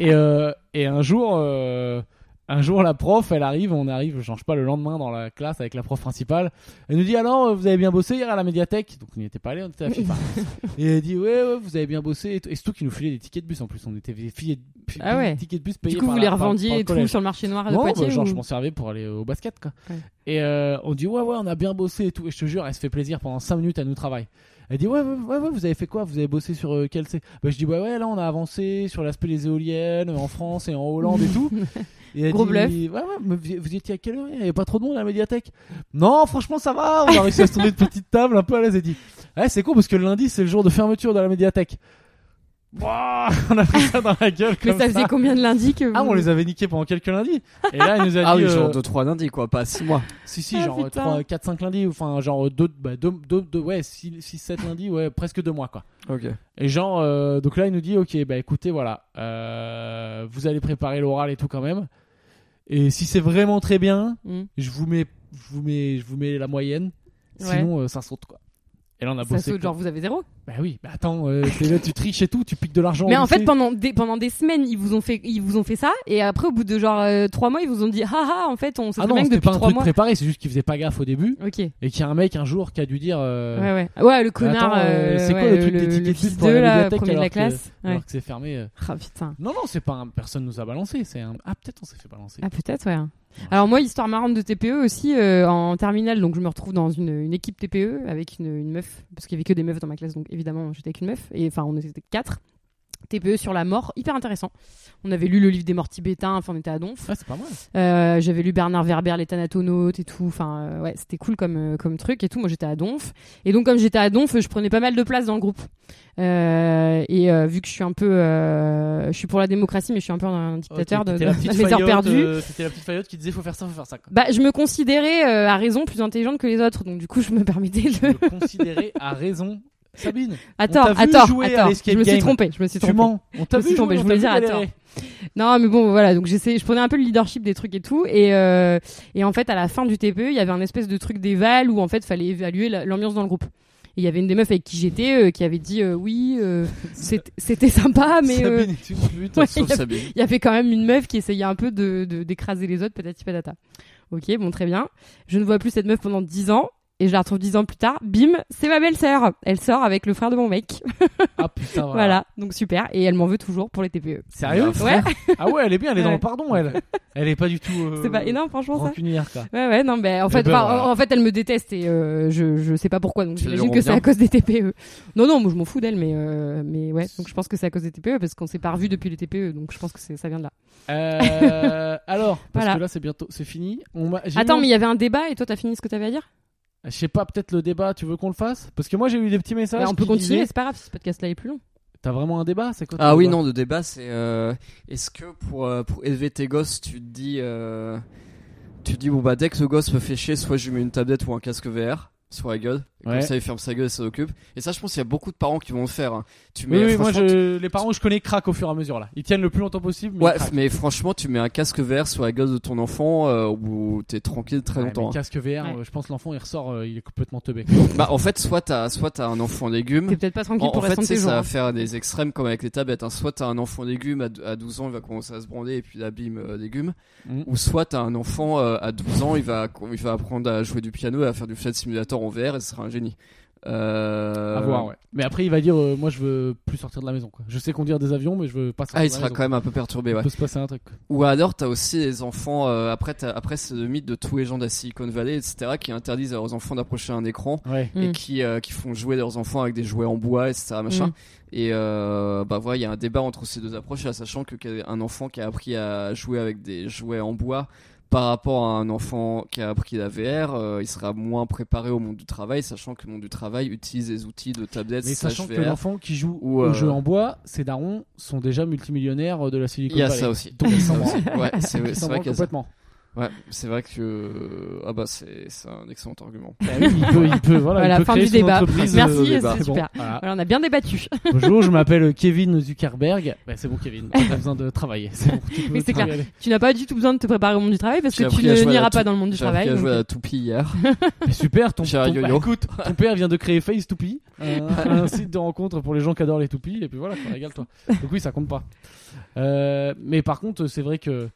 S1: et, euh, et un jour, euh, un jour, la prof, elle arrive, on arrive, je change pas le lendemain dans la classe avec la prof principale. Elle nous dit alors, euh, vous avez bien bossé hier à la médiathèque Donc, on n'y était pas allé, on était à
S2: [LAUGHS]
S1: FIFA. et elle dit, ouais, ouais, vous avez bien bossé. Et, tout. Et surtout qu'ils nous filaient des tickets de bus en plus. On était des filles de-
S2: Ah ouais.
S1: des tickets de bus payés
S2: Du coup,
S1: par
S2: vous
S1: la-
S2: les
S1: par- par le
S2: revendiez et tout
S1: collège.
S2: sur le marché noir de
S1: Non,
S2: Poitiers
S1: bah, genre,
S2: ou-
S1: je m'en servais pour aller au basket, quoi.
S2: Ouais.
S1: Et euh, on dit, ouais, ouais, on a bien bossé et tout. Et je te jure, elle se fait plaisir pendant 5 minutes, elle nous travaille. Elle dit ouais, ouais, ouais, ouais, vous avez fait quoi Vous avez bossé sur euh, quel c'est bah, Je dis ouais, ouais, là on a avancé sur l'aspect des éoliennes euh, en France et en Hollande et
S2: [LAUGHS]
S1: tout. Et elle
S2: Gros
S1: dit,
S2: bluff.
S1: Ouais, ouais, mais vous, vous étiez à quelle heure Il n'y avait pas trop de monde à la médiathèque Non, franchement ça va, on a réussi à se trouver une petite table un peu à l'aise. Elle dit ouais, c'est cool parce que le lundi c'est le jour de fermeture de la médiathèque. Ouah, [LAUGHS] on a pris ça dans la gueule
S2: Mais
S1: comme
S2: ça
S1: ça.
S2: faisait combien de lundis que
S1: Ah,
S2: vous-
S1: on les avait niqués pendant quelques lundis. Et là, elle nous a
S3: Ah
S1: dit.
S3: oui,
S1: euh,
S3: genre 2-3 lundis, quoi, pas 6 mois.
S1: si, si,
S2: Ah,
S1: genre
S2: putain.
S1: 3, 4, 5 lundis, ou enfin, genre 2, bah, deux- deux- deux- ouais, 6, 7 lundis, ouais, presque 2 mois, quoi.
S3: Ok.
S1: Et genre, euh, donc là, il nous dit, ok, bah écoutez, voilà, euh, vous allez préparer l'oral et tout quand même. Et si c'est vraiment très bien,
S2: Hmm.
S1: je vous mets, je vous mets, je vous mets la moyenne.
S2: Ouais.
S1: Sinon, euh, ça saute, quoi. Et là, on a
S2: Ça
S1: bossé.
S2: saute,
S1: comme-
S2: genre vous avez zéro.
S1: Bah oui, bah attends, euh, t'es là, tu triches et tout, tu piques de l'argent.
S2: Mais
S1: au
S2: en fait
S1: lycée.
S2: pendant des pendant des semaines ils vous ont fait ils vous ont fait ça et après au bout de genre euh, trois mois ils vous ont dit ah ah en fait on se
S1: Ah
S2: bien
S1: non,
S2: que
S1: c'était
S2: depuis
S1: pas un
S2: trois
S1: truc
S2: mois.
S1: préparé, c'est juste qu'il faisait pas gaffe au début.
S2: Ok. Ouais
S1: Et qu'il y a un mec un jour qui a dû dire. euh,
S2: ouais. Ouais le connard.
S1: attends, euh,
S2: euh,
S1: c'est quoi
S2: ouais,
S1: le truc des tickets de
S2: fils
S1: bus pour
S2: d'eux,
S1: la
S2: là,
S1: médiathèque
S2: premier de la
S1: alors que-
S2: classe. Ouais.
S1: Alors que c'est fermé. euh.
S2: Ah putain.
S1: Non, non, c'est pas un... personne nous a balancé. C'est un... Ah, peut-être on s'est fait balancer.
S2: Ah peut-être ouais. Alors moi histoire marrante de TPE aussi euh, en terminale donc je me retrouve dans une, une équipe TPE avec une, une meuf parce qu'il y avait que des meufs dans ma classe donc évidemment j'étais avec une meuf et enfin on était quatre TPE sur la mort hyper intéressant. On avait lu le livre des morts tibétains enfin on était à Donf.
S1: Ouais, c'est pas mal.
S2: Euh, j'avais lu Bernard Werber, les Thanatonautes et tout. Enfin, euh, ouais, c'était cool comme, euh, comme truc et tout. Moi, j'étais à Donf. Et donc, comme j'étais à Donf, je prenais pas mal de place dans le groupe. Euh, et euh, vu que je suis un peu. euh, je suis pour la démocratie, mais je suis un peu un
S1: Oh,
S2: dictateur de, de- de mes heures perdues.
S1: C'était euh, la petite faillotte qui disait faut faire ça, faut faire
S2: [LAUGHS]
S1: ça. Quoi.
S2: Bah, je me considérais euh, à raison plus intelligente que les autres. Donc, du coup, je me permettais [LAUGHS] de.
S1: Le considérer à raison.
S2: [LAUGHS]
S1: Sabine, t'a
S2: Attends,
S1: vu
S2: attends,
S1: jouer à
S2: attends.
S1: l'escape
S2: Je me suis
S1: game.
S2: trompée. Je me suis
S1: tu
S2: trompée.
S1: mens. On t'a
S2: Je me
S1: vu
S2: suis
S1: jouer,
S2: tombée, je
S1: on
S2: voulais
S1: t'a vu
S2: dire,
S1: galérer.
S2: Non, mais bon, voilà. Donc, j'essaie, je prenais un peu le leadership des trucs et tout. Et, euh, et en fait, à la fin du TPE, il y avait un espèce de truc d'éval où, en fait, fallait évaluer la- l'ambiance dans le groupe. Et il y avait une des meufs avec qui j'étais euh, qui avait dit euh, oui,
S1: [LAUGHS]
S2: euh, c'est- c'était sympa, mais euh,
S1: Sabine est une
S2: [LAUGHS]
S1: pute.
S2: ouais,
S3: Sauf
S2: y a-
S3: Sabine.
S2: il y avait quand même une meuf qui essayait un peu de de- d'écraser les autres, patati patata. Ok, bon, très bien. Je ne vois plus cette meuf pendant 10 ans. Et je la retrouve 10 ans plus tard. Bim, c'est ma belle-sœur. Elle sort avec le frère de mon mec.
S1: Ah putain, voilà.
S2: Voilà. Donc super. Et elle m'en veut toujours pour les TPE.
S1: Sérieux
S2: Ouais,
S1: Ah ouais, elle est bien, elle est dans
S2: Ouais.
S1: le pardon, elle. Elle est pas du tout. euh,
S2: [LAUGHS] c'est pas énorme, franchement, ça.
S1: Rancunière, quoi.
S2: Ouais, ouais, non, mais en
S1: Eh
S2: fait,
S1: ben,
S2: enfin,
S1: voilà.
S2: en- en fait, elle me déteste et euh, je, je sais pas pourquoi, donc
S3: Tu la
S2: j'imagine
S3: lui
S2: que c'est
S3: rends
S2: à
S3: bien
S2: cause des TPE. Non, non, moi je m'en fous d'elle, mais, euh, mais ouais, donc je pense que c'est à cause des TPE parce qu'on s'est pas revus depuis les TPE, donc je pense que c'est- ça vient de là. [LAUGHS]
S1: Euh, alors, parce
S2: Voilà.
S1: que là, c'est bientôt, c'est fini. On m'a- j'ai
S2: Attends,
S1: mis-
S2: mais il y avait un débat et toi t'as fini ce que t'avais à dire
S1: Je sais pas, peut-être le débat, tu veux qu'on le fasse Parce que moi j'ai eu des petits messages.
S2: Bah, On peut
S1: qui
S2: continuer,
S1: disaient-
S2: c'est pas grave, ce podcast là est plus long.
S1: T'as vraiment un débat C'est quoi ton
S3: Ah oui,
S1: débat
S3: non, le débat, c'est euh, est-ce que pour, euh, pour élever tes gosses, tu te dis, euh, tu te dis bon, bah, dès que ce gosse me fait chier, soit je lui mets une tablette ou un casque VR, soit la gueule. Et
S1: Ouais.
S3: Comme ça, il ferme sa gueule et ça occupe. Et ça, je pense qu'il y a beaucoup de parents qui vont le faire. hein. Tu
S1: Oui,
S3: mets,
S1: oui, moi
S3: franchement,
S1: je... les parents, je connais craquent au fur et à mesure là. Ils tiennent le plus longtemps possible.
S3: tu-
S1: Mais
S3: Ouais,
S1: ils craquent.
S3: mais franchement, tu mets un casque VR sur la gueule de ton enfant euh, où t'es tranquille très
S1: Ouais, mais
S3: longtemps. hein.
S1: casque VR,
S2: Ouais.
S1: euh, je pense l'enfant il ressort, euh, il est complètement teubé.
S3: Bah, en fait, soit t'as soit t'as un enfant légume,
S2: T'es peut-être pas tranquille
S3: En, en
S2: pour le
S3: fait,
S2: restant de
S3: c'est
S2: tes jours.
S3: ça va
S2: hein.
S3: faire des extrêmes comme avec les tablettes. Hein. Soit t'as un enfant légume à, d- à 12 ans, il va commencer à se brander et puis l'abîme euh, légume.
S1: Mm.
S3: Ou soit t'as un enfant euh, à 12 ans, il va, co- il va apprendre à jouer du piano et à faire du flight simulator en VR et ce sera un génie. Euh...
S1: À voir, ouais. Mais après, il va dire euh, Moi je veux plus sortir de la maison. Quoi. Je sais conduire des avions, mais je veux pas sortir
S3: Ah, il
S1: de la
S3: sera
S1: maison.
S3: quand même un peu perturbé, ouais.
S1: Il peut se passer un truc. quoi.
S3: Ou alors, t'as aussi les enfants. euh, après, t'as- après c'est le mythe de tous les gens de la Silicon Valley, etc., qui interdisent à leurs enfants d'approcher un écran.
S1: Ouais.
S2: Mm.
S3: et qui, euh, qui font jouer leurs enfants avec des jouets en bois, etc. Machin.
S2: Mm.
S3: Et euh, bah voilà, il y a un débat entre ces deux approches, là, sachant que quel- un enfant qui a appris à jouer avec des jouets en bois par rapport à un enfant qui a appris la VR, euh, il sera moins préparé au monde du travail, sachant que le monde du travail utilise les outils de tablettes,
S1: Mais
S3: slash
S1: sachant que
S3: VR.
S1: l'enfant qui joue
S3: Ou,
S1: au
S3: euh,
S1: jeu en bois, ses darons sont déjà multimillionnaires euh, de la Silicon
S3: Il y a
S1: Valley.
S3: ça aussi.
S1: Donc, ils s'en branlent.
S3: Ouais, [LAUGHS] c'est
S1: Ils [LAUGHS]
S3: vrai,
S1: s'en
S3: c'est vrai
S1: branlent
S3: qu'il y a ça.
S1: complètement.
S3: Ouais, c'est vrai que euh, ah bah c'est c'est un excellent argument.
S2: Bah
S3: [LAUGHS]
S1: il peut, il peut, voilà,
S2: Voilà,
S1: il peut
S2: fin
S1: créer
S2: du
S1: son
S2: débat.
S1: entreprise,
S2: Merci,
S1: euh,
S2: c'est
S1: bon,
S2: super.
S1: voilà.
S2: hein. Voilà, on a bien débattu. [LAUGHS]
S1: Bonjour, je m'appelle Kevin Zuckerberg. Bah, c'est bon, Kevin, t'as pas besoin de travailler. C'est bon, tu peux
S2: Oui, c'est
S1: travailler.
S2: tu n'as pas du tout besoin de te préparer au monde du travail parce
S3: J'ai
S2: que tu
S3: appris à
S2: ne-
S3: jouer à la
S2: n'iras
S3: tou-
S2: pas dans le monde du
S3: J'ai appris
S2: travail.
S3: à jouer
S2: donc,
S3: à la toupie hier.
S2: [LAUGHS]
S1: Mais super, ton,
S3: J'ai un
S1: ton-
S3: yo-yo.
S1: bah, écoute, ton père vient de créer Face Toupie, un, un site de rencontre pour les gens qui adorent les toupies, et puis voilà, quoi, régale-toi. Donc oui, ça compte pas. Euh, mais par contre, c'est vrai que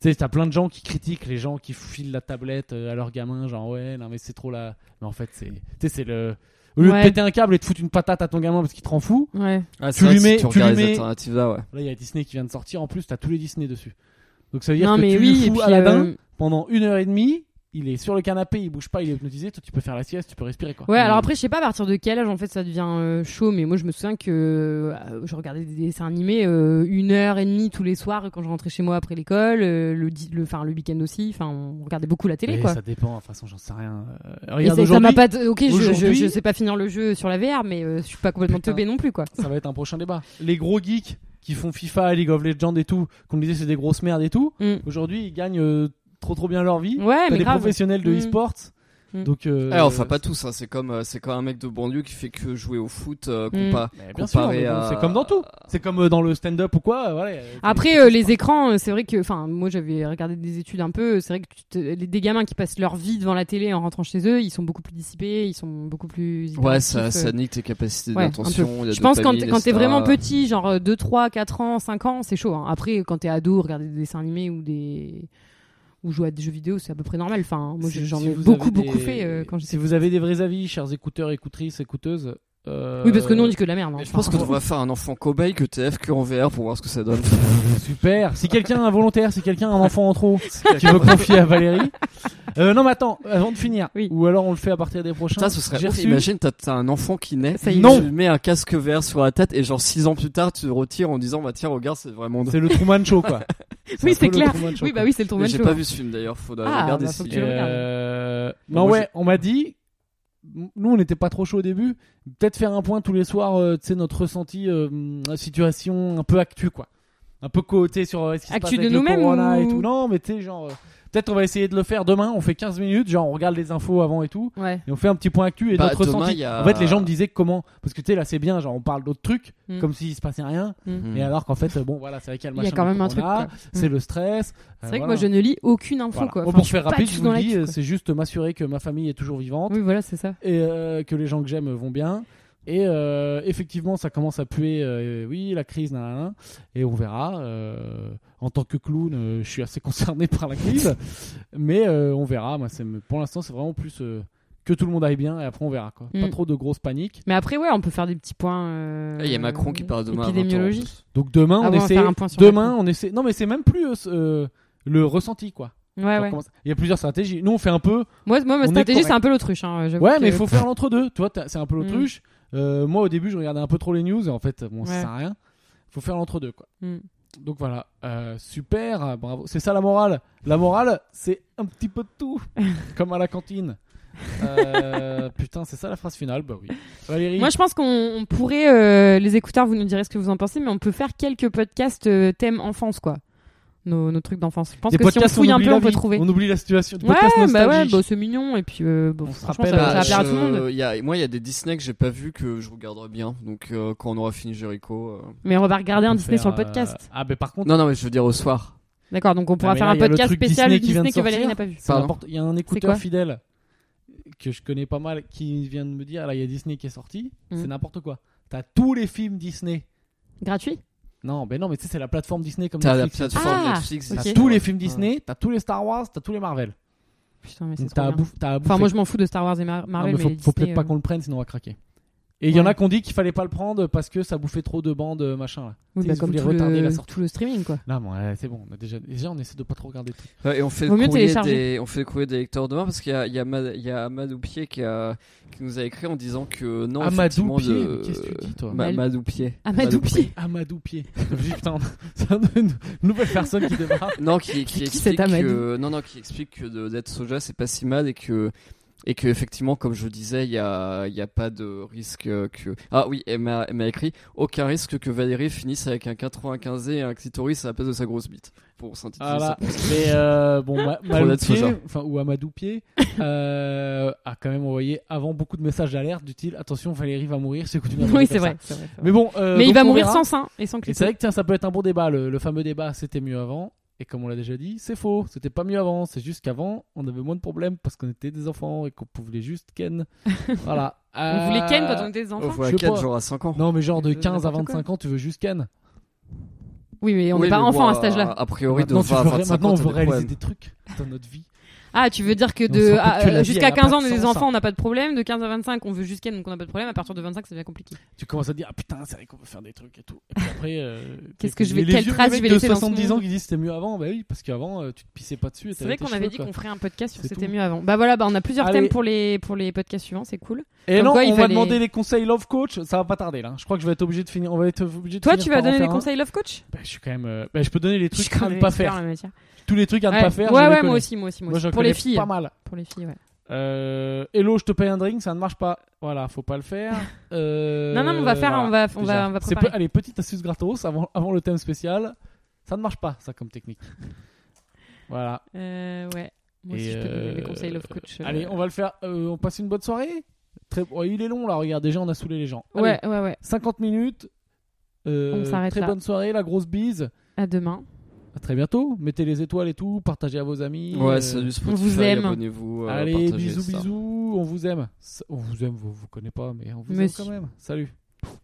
S1: tu sais, t'as plein de gens qui critiquent les gens qui filent la tablette euh, à leur gamin, genre ouais, non mais c'est trop la. Mais en fait, c'est, tu sais, c'est le. Au lieu
S2: Ouais.
S1: de péter un câble et de foutre une patate à ton gamin parce qu'il te rend fou,
S2: Ouais.
S3: Ah, c'est
S1: Tu
S3: vrai
S1: lui
S3: que si
S1: mets-
S3: tu
S1: tu lui
S3: regardes les
S1: mets-
S3: alternatives là, ouais.
S1: là il y a Disney qui vient de sortir, en plus t'as tous les Disney dessus. Donc ça veut dire
S2: Non,
S1: que
S2: mais
S1: tu
S2: oui,
S1: lui
S2: et
S1: fous
S2: puis,
S1: Aladdin
S2: euh,
S1: pendant une heure et demie, il est sur le canapé, il bouge pas, il est hypnotisé, toi tu peux faire la sieste, tu peux respirer quoi.
S2: Ouais, alors
S1: Mais-
S2: après, je sais pas à partir de quel âge en fait ça devient euh, chaud, mais moi je me souviens que euh, je regardais des dessins animés euh, une heure et demie tous les soirs quand je rentrais chez moi après l'école, euh, le, di- le, enfin, le week-end aussi, enfin on regardait beaucoup la télé
S1: Mais
S2: quoi.
S1: Ça dépend, de toute façon j'en sais rien. Euh,
S2: Et
S1: regarde
S2: ça- ça m'a
S1: aujourd'hui,
S2: pas. t- Ok, je, je,
S1: aujourd'hui-
S2: je sais pas finir le jeu sur la VR, mais euh, je suis pas complètement
S1: Putain.
S2: teubé non plus quoi.
S1: ça va être un prochain débat. Les gros geeks qui font FIFA, League of Legends et tout, qu'on disait c'est des grosses merdes et tout,
S2: Mm.
S1: aujourd'hui ils gagnent euh, trop trop bien leur vie.
S2: Ouais,
S1: T'as
S2: mais
S1: des
S2: grave.
S1: professionnels de
S2: Mm.
S1: e-sport.
S2: Mm.
S1: Donc, euh,
S3: Eh, enfin, pas tous, hein. c'est comme, euh, c'est comme un mec de banlieue qui fait que jouer au foot, euh,
S2: Mm.
S3: compa-
S1: Mais bien sûr,
S3: comparé
S1: mais bon,
S3: à.
S1: c'est comme dans tout. C'est comme euh, dans le stand-up ou quoi. euh, voilà, euh,
S2: Après,
S1: c'est-
S2: euh, les écrans, euh, c'est vrai que, enfin, moi j'avais regardé des études un peu. euh, C'est vrai que tu te- les des gamins qui passent leur vie devant la télé en rentrant chez eux, ils sont beaucoup plus dissipés, ils sont beaucoup plus.
S3: Ouais,
S2: hyperactifs,
S3: ça,
S2: euh.
S3: ça nique tes capacités
S2: Ouais, un
S3: d'attention.
S2: Je pense quand,
S3: t'es
S2: quand t'es vraiment petit, genre euh, 2, 3, 4 ans, 5 ans, c'est chaud. hein. Après, quand t'es ado, regarder des dessins animés ou des ou jouer à des jeux vidéo, c'est à peu près normal. Enfin, moi
S1: si-
S2: j'en
S1: si
S2: ai
S1: vous
S2: beaucoup
S1: avez
S2: beaucoup
S1: des-
S2: fait euh, quand j'étais.
S1: Si vous avez des vrais avis, chers écouteurs, écoutrices, écouteuses. euh,
S2: Oui, parce que nous on dit que de la merde. hein.
S3: Mais je pense qu'on devrait faire un enfant cobaye que TF que en VR pour voir ce que [LAUGHS] ça donne.
S1: Super. Si quelqu'un est un volontaire, si quelqu'un a un enfant en trop, qui veut confier à Valérie. Euh, non, mais attends, avant de finir.
S2: Oui.
S1: Ou alors on le fait à partir des prochains.
S3: [LAUGHS] Ça, ce serait
S1: J'ai
S3: ouf.
S1: reçu-
S3: Imagine, t'as- t'as un enfant qui naît,
S2: Ça y est.
S1: Non.
S3: tu lui mets un casque vert sur la tête et genre 6 ans plus tard, tu le retires en disant, bah tiens, regarde, c'est vraiment drôle.
S1: C'est le Truman Show, quoi. C'est
S2: [LAUGHS] Oui,
S1: un peu
S2: c'est
S1: le
S2: clair.
S1: Truman Show,
S2: Oui,
S1: quoi.
S2: bah oui, c'est le tournoi
S3: Mais
S2: de
S3: j'ai
S2: show.
S3: pas vu ce film d'ailleurs, faudra
S2: Ah,
S3: regarder
S2: bah, faut
S3: s'il
S2: que tu le
S3: est-
S2: regardes.
S1: Euh,
S3: Moi,
S1: Non, ouais, on m'a dit. Nous, on n'était pas trop chaud au début. Peut-être faire un point tous les soirs, euh, tu sais, notre ressenti, euh, la situation un peu actu, quoi. Un peu côté sur euh, ce qui se passe
S2: Actu de
S1: avec le
S2: nous-mêmes
S1: corona
S2: ou-
S1: et tout. Non, mais tu sais, genre. euh, Peut-être on va essayer de le faire demain. On fait 15 minutes, genre on regarde les infos avant et tout.
S2: Ouais.
S1: Et on fait un petit point actu et
S3: Bah,
S1: notre
S3: demain,
S1: ressenti.
S3: il y a-
S1: En fait, les gens me disaient comment. Parce que tu sais, là c'est bien, genre on parle d'autres trucs,
S2: Mm.
S1: comme s'il se passait rien.
S3: Hmm.
S1: Et alors qu'en fait, euh, bon voilà, c'est vrai qu'il y a le
S2: Il y a
S1: machin
S2: quand
S1: du
S2: même un truc.
S1: corona,
S2: quoi.
S1: C'est le stress.
S2: C'est
S1: euh,
S2: vrai que moi
S1: voilà.
S2: je ne lis aucune info
S1: Voilà.
S2: quoi.
S1: Bon,
S2: Enfin,
S1: pour
S2: je
S1: faire
S2: suis pas
S1: rapide,
S2: du
S1: je
S2: tout
S1: vous
S2: dans
S1: le
S2: l'actu,
S1: dis, euh,
S2: quoi.
S1: c'est juste m'assurer que ma famille est toujours vivante
S2: Oui, voilà, c'est ça.
S1: et euh, que les gens que j'aime vont bien. Et euh, effectivement, ça commence à puer. euh, oui, la crise, nan, nan, nan. et on verra. euh, en tant que clown, euh, je suis assez [LAUGHS] concerné par la crise, mais euh, on verra. Moi, c'est- pour l'instant, c'est vraiment plus euh, que tout le monde aille bien, et après on verra. Quoi. Pas
S2: Mm.
S1: trop de grosses paniques.
S2: Mais après, ouais, on peut faire des petits points. euh,
S3: Eh, Il y a Macron qui parle demain. à 20 heures.
S2: Épidémiologie.
S1: Donc demain,
S2: Ah
S1: on
S2: ouais, on va
S1: essaie.
S2: faire un point sur
S1: demain,
S2: Macron.
S1: on essaie. Non, mais c'est même plus euh, ce- euh, le ressenti, quoi.
S2: Ah Ouais,
S1: Genre
S2: ouais.
S1: comment ça- Il y a plusieurs stratégies. Nous, on fait un peu.
S2: Moi, moi, ma
S1: On est
S2: stratégie,
S1: correct.
S2: c'est un peu l'autruche. Hein, j'avoue
S1: Ouais,
S2: que- Mm.
S1: mais il faut faire l'entre-deux. Toi, t'as- c'est un peu l'autruche. Euh, moi, au début, je regardais un peu trop les news et en fait, bon, ça
S2: Ouais.
S1: sert à rien. faut faire l'entre-deux, quoi.
S2: Mm.
S1: Donc voilà, Euh, super, bravo. C'est ça la morale. La morale, c'est un petit peu de
S2: [LAUGHS]
S1: tout, comme à la cantine. Euh, putain, c'est ça la phrase finale, bah oui. Valérie,
S2: Moi, je pense qu'on on pourrait, euh, les écouteurs, vous nous direz ce que vous en pensez, mais on peut faire quelques podcasts euh, thème enfance, quoi. Nos, nos trucs d'enfance. Je pense
S1: des
S2: que si on
S1: podcasts,
S2: fouille un
S1: oublie
S2: peu,
S1: la
S2: on peut
S1: vie,
S2: trouver.
S1: On oublie la situation. Des
S2: ouais,
S1: podcasts
S2: bah ouais,
S1: nostalgiques.
S2: bah, c'est mignon, et puis euh, bon,
S1: On se
S2: franchement,
S1: rappelle,
S2: ça, ça va
S1: euh,
S2: plaire à tout le
S3: Bah, je-
S2: monde.
S3: il y a- moi, il y a des Disney que j'ai pas vu que je regarderai bien. Donc, euh, quand on aura fini Jericho. euh.
S2: Mais on va regarder un
S1: On peut
S2: Disney
S1: faire,
S2: sur le
S1: euh,
S2: podcast.
S1: Ah, mais par contre,
S3: Non, non, mais je veux dire au soir.
S2: D'accord, donc on pourra
S1: mais
S2: faire
S1: là,
S2: un
S1: il y a le
S2: podcast
S1: truc
S2: spécial
S1: Disney
S2: Disney,
S1: qui vient de
S2: que Valérie
S1: sortir.
S2: n'a pas vu.
S1: c'est
S3: Pardon.
S1: n'importe- il y a un
S2: quoi
S1: écouteur fidèle que je connais pas mal qui vient de me dire là, il y a Disney qui est sorti,
S2: Mm.
S1: c'est n'importe quoi. T'as tous les films Disney.
S2: Gratuit
S1: Non, mais non, mais tu sais, c'est la plateforme Disney comme
S3: T'as la
S1: Netflix.
S3: plateforme
S2: Ah,
S3: Netflix.
S2: ok.
S1: T'as
S3: etc.
S1: tous les films Disney, t'as tous les Star Wars, t'as tous les Marvel.
S2: Putain, mais c'est
S1: Donc
S2: trop
S1: t'as à
S2: bien.
S1: bouffe- t'as à
S2: Enfin,
S1: bouffer.
S2: moi, je m'en fous de Star Wars et Mar-
S1: Non,
S2: Marvel,
S1: mais faut,
S2: mais
S1: faut
S2: Disney,
S1: peut-être pas
S2: euh,
S1: qu'on le prenne, sinon on va craquer. Et il y en
S2: Ouais.
S1: a qui ont dit qu'il fallait pas le prendre parce que ça bouffait trop de bandes, euh, machin. Là,
S2: oui,
S1: Ils
S2: bah, comme
S1: voulaient
S2: tout
S1: retarder la
S2: le,
S1: sortie.
S2: tout le streaming, quoi.
S1: Non, bon, ouais, c'est bon, on a déjà, déjà on essaie de pas trop regarder. tout.
S3: Ouais, et on fait,
S2: Vaut
S3: le
S2: mieux
S3: courrier
S2: télécharger.
S3: des, on fait le courrier des lecteurs demain parce qu'il y a, il y a, Ma- il y a Amadou Pied qui, a, qui nous a écrit en disant que non,
S1: Amadou
S3: effectivement,
S1: Pied,
S3: de- Bah,
S1: mais qu'est-ce que tu dis toi
S3: Ma- Amadou Pied.
S2: Amadou Pied.
S1: Amadou Pied. [LAUGHS] Je me dis, putain, c'est une nouvelle personne qui débarque.
S3: Non, qui, qui
S2: Qui
S3: explique
S2: cet Amadou
S3: que, non, non, qui explique que de- d'être soja, c'est pas si mal et que, et que effectivement, comme je disais, il y a, il y a pas de risque euh, que. Ah oui, elle m'a elle m'a écrit aucun risque que Valérie finisse avec un 95 et un clitoris à la place de sa grosse bite. Pour s'intituler
S1: Voilà.
S3: ça.
S1: Mais euh, bon, Ma- Malou
S3: l'être
S1: Pied,
S3: soja.
S1: enfin, ou Amadou Pied, euh, a quand même envoyé avant beaucoup de messages d'alerte du style attention, Valérie va mourir si elle continue à
S2: Oui,
S1: parler
S2: c'est
S1: comme
S2: vrai.
S1: ça.
S2: c'est vrai, c'est vrai.
S1: Mais bon, euh,
S2: Mais il
S1: donc
S2: va
S1: on
S2: mourir
S1: verra.
S2: sans sein et sans
S1: Et
S2: clitoris.
S1: c'est vrai que tiens, ça peut être un bon débat. Le, le fameux débat, c'était mieux avant. Et comme on l'a déjà dit, c'est faux. C'était pas mieux avant. C'est juste qu'avant, on avait moins de problèmes parce qu'on était des enfants et qu'on pouvait juste
S2: [LAUGHS]
S1: ken. voilà.
S2: On
S1: Euh,
S2: voulait Ken quand on était des
S3: On
S2: enfants.
S3: voit
S1: je sais
S3: 4
S1: pas.
S3: genre à 5 ans.
S1: Non, mais genre de
S2: Euh,
S1: 15 à
S2: n'importe quoi.
S1: 25 ans, tu veux juste ken.
S2: Oui, mais on n'est
S3: Oui,
S2: pas
S3: mais
S2: enfant
S3: bon,
S2: à cet âge-là.
S3: A priori, de
S1: maintenant, tu
S3: 20 à
S1: veux ré-
S3: 25
S1: maintenant,
S3: ans,
S1: on
S3: t'as
S1: veut
S3: des
S1: réaliser
S3: problèmes.
S1: des trucs dans notre vie.
S2: Ah, tu veux dire que
S1: On sent
S2: de
S1: pas
S2: ah,
S1: que la vie,
S2: euh,
S1: elle
S2: jusqu'à
S1: a pas
S2: 15 ans, on
S1: de
S2: est des
S1: sens,
S2: enfants, on n'a pas de problème. De 15 à 25, on veut jusqu'à donc on n'a pas de problème. À partir de 25, ça devient compliqué.
S1: Tu commences à te dire ah putain c'est vrai qu'on peut faire des trucs et tout. Et puis après euh,
S2: [LAUGHS] Qu'est-ce que je vais-
S1: les
S2: quelle
S1: vieux
S2: trace
S1: mecs
S2: je vais
S1: de
S2: laisser dans ce
S1: 70 ans
S2: monde
S1: qui disent c'était mieux avant bah oui parce qu'avant euh, tu te pissais pas dessus. et
S2: C'est
S1: t'avais
S2: vrai
S1: tes
S2: qu'on avait
S1: cheveux,
S2: dit
S1: quoi.
S2: qu'on ferait un podcast sur
S1: C'est
S2: c'était
S1: tout.
S2: mieux avant. Bah voilà, bah on a plusieurs
S1: Allez.
S2: thèmes pour les pour les podcasts suivants, c'est cool.
S1: Et
S2: Comme
S1: non,
S2: quoi, il
S1: on m'a
S2: fallait-
S1: demandé les conseils love coach. Ça va pas tarder là. Je crois que je vais être obligé de finir. On va être obligé de
S2: Toi,
S1: finir
S2: tu vas
S1: par en
S2: donner des
S1: faire un.
S2: conseils love coach
S1: Bah, je suis quand même. euh, bah, je peux donner les
S2: Je suis
S1: trucs à
S2: quand
S1: ne
S2: même
S1: pas
S2: expert
S1: faire.
S2: en la matière.
S1: Tous les trucs à ne
S2: Ouais,
S1: pas faire. je
S2: ouais,
S1: les
S2: ouais
S1: connais.
S2: moi aussi, moi aussi, moi
S1: Moi,
S2: aussi.
S1: j'en
S2: Pour les
S1: connais
S2: filles.
S1: Pas mal.
S2: Pour les filles, ouais.
S1: Euh, hello, je te paye un drink, ça ne marche pas. Voilà, faut pas le
S2: [LAUGHS]
S1: faire. Euh,
S2: Non, non, mais on va faire,
S1: voilà,
S2: on va, on
S1: déjà.
S2: va, on va
S1: C'est
S2: préparer.
S1: peu- Allez, petite astuce gratos avant, avant le thème spécial. Ça ne marche pas, ça comme
S2: [LAUGHS]
S1: technique. Voilà.
S2: Euh, ouais. Moi
S1: Et,
S2: aussi, je peux donner des
S1: euh,
S2: conseils love coach. euh,
S1: Allez, on va le faire. Euh, on passe une bonne soirée. Très... ouais, il est long là, regarde, déjà on a saoulé les gens. Allez,
S2: Ouais, ouais, ouais.
S1: 50 minutes. Euh,
S2: On s'arrête
S1: Très
S2: là.
S1: bonne soirée, la grosse bise.
S2: À demain.
S1: À très bientôt. Mettez les étoiles et tout, partagez à vos amis.
S3: Ouais,
S1: Euh,
S3: salut
S2: on
S3: Spotify,
S2: vous aime.
S3: abonnez-vous. euh,
S1: Allez,
S3: partagez,
S1: bisous,
S3: etc.
S1: bisous, on vous aime. On vous aime, vous vous connaissez pas, mais on vous
S2: Mais
S1: aime
S2: si.
S1: quand même. Salut.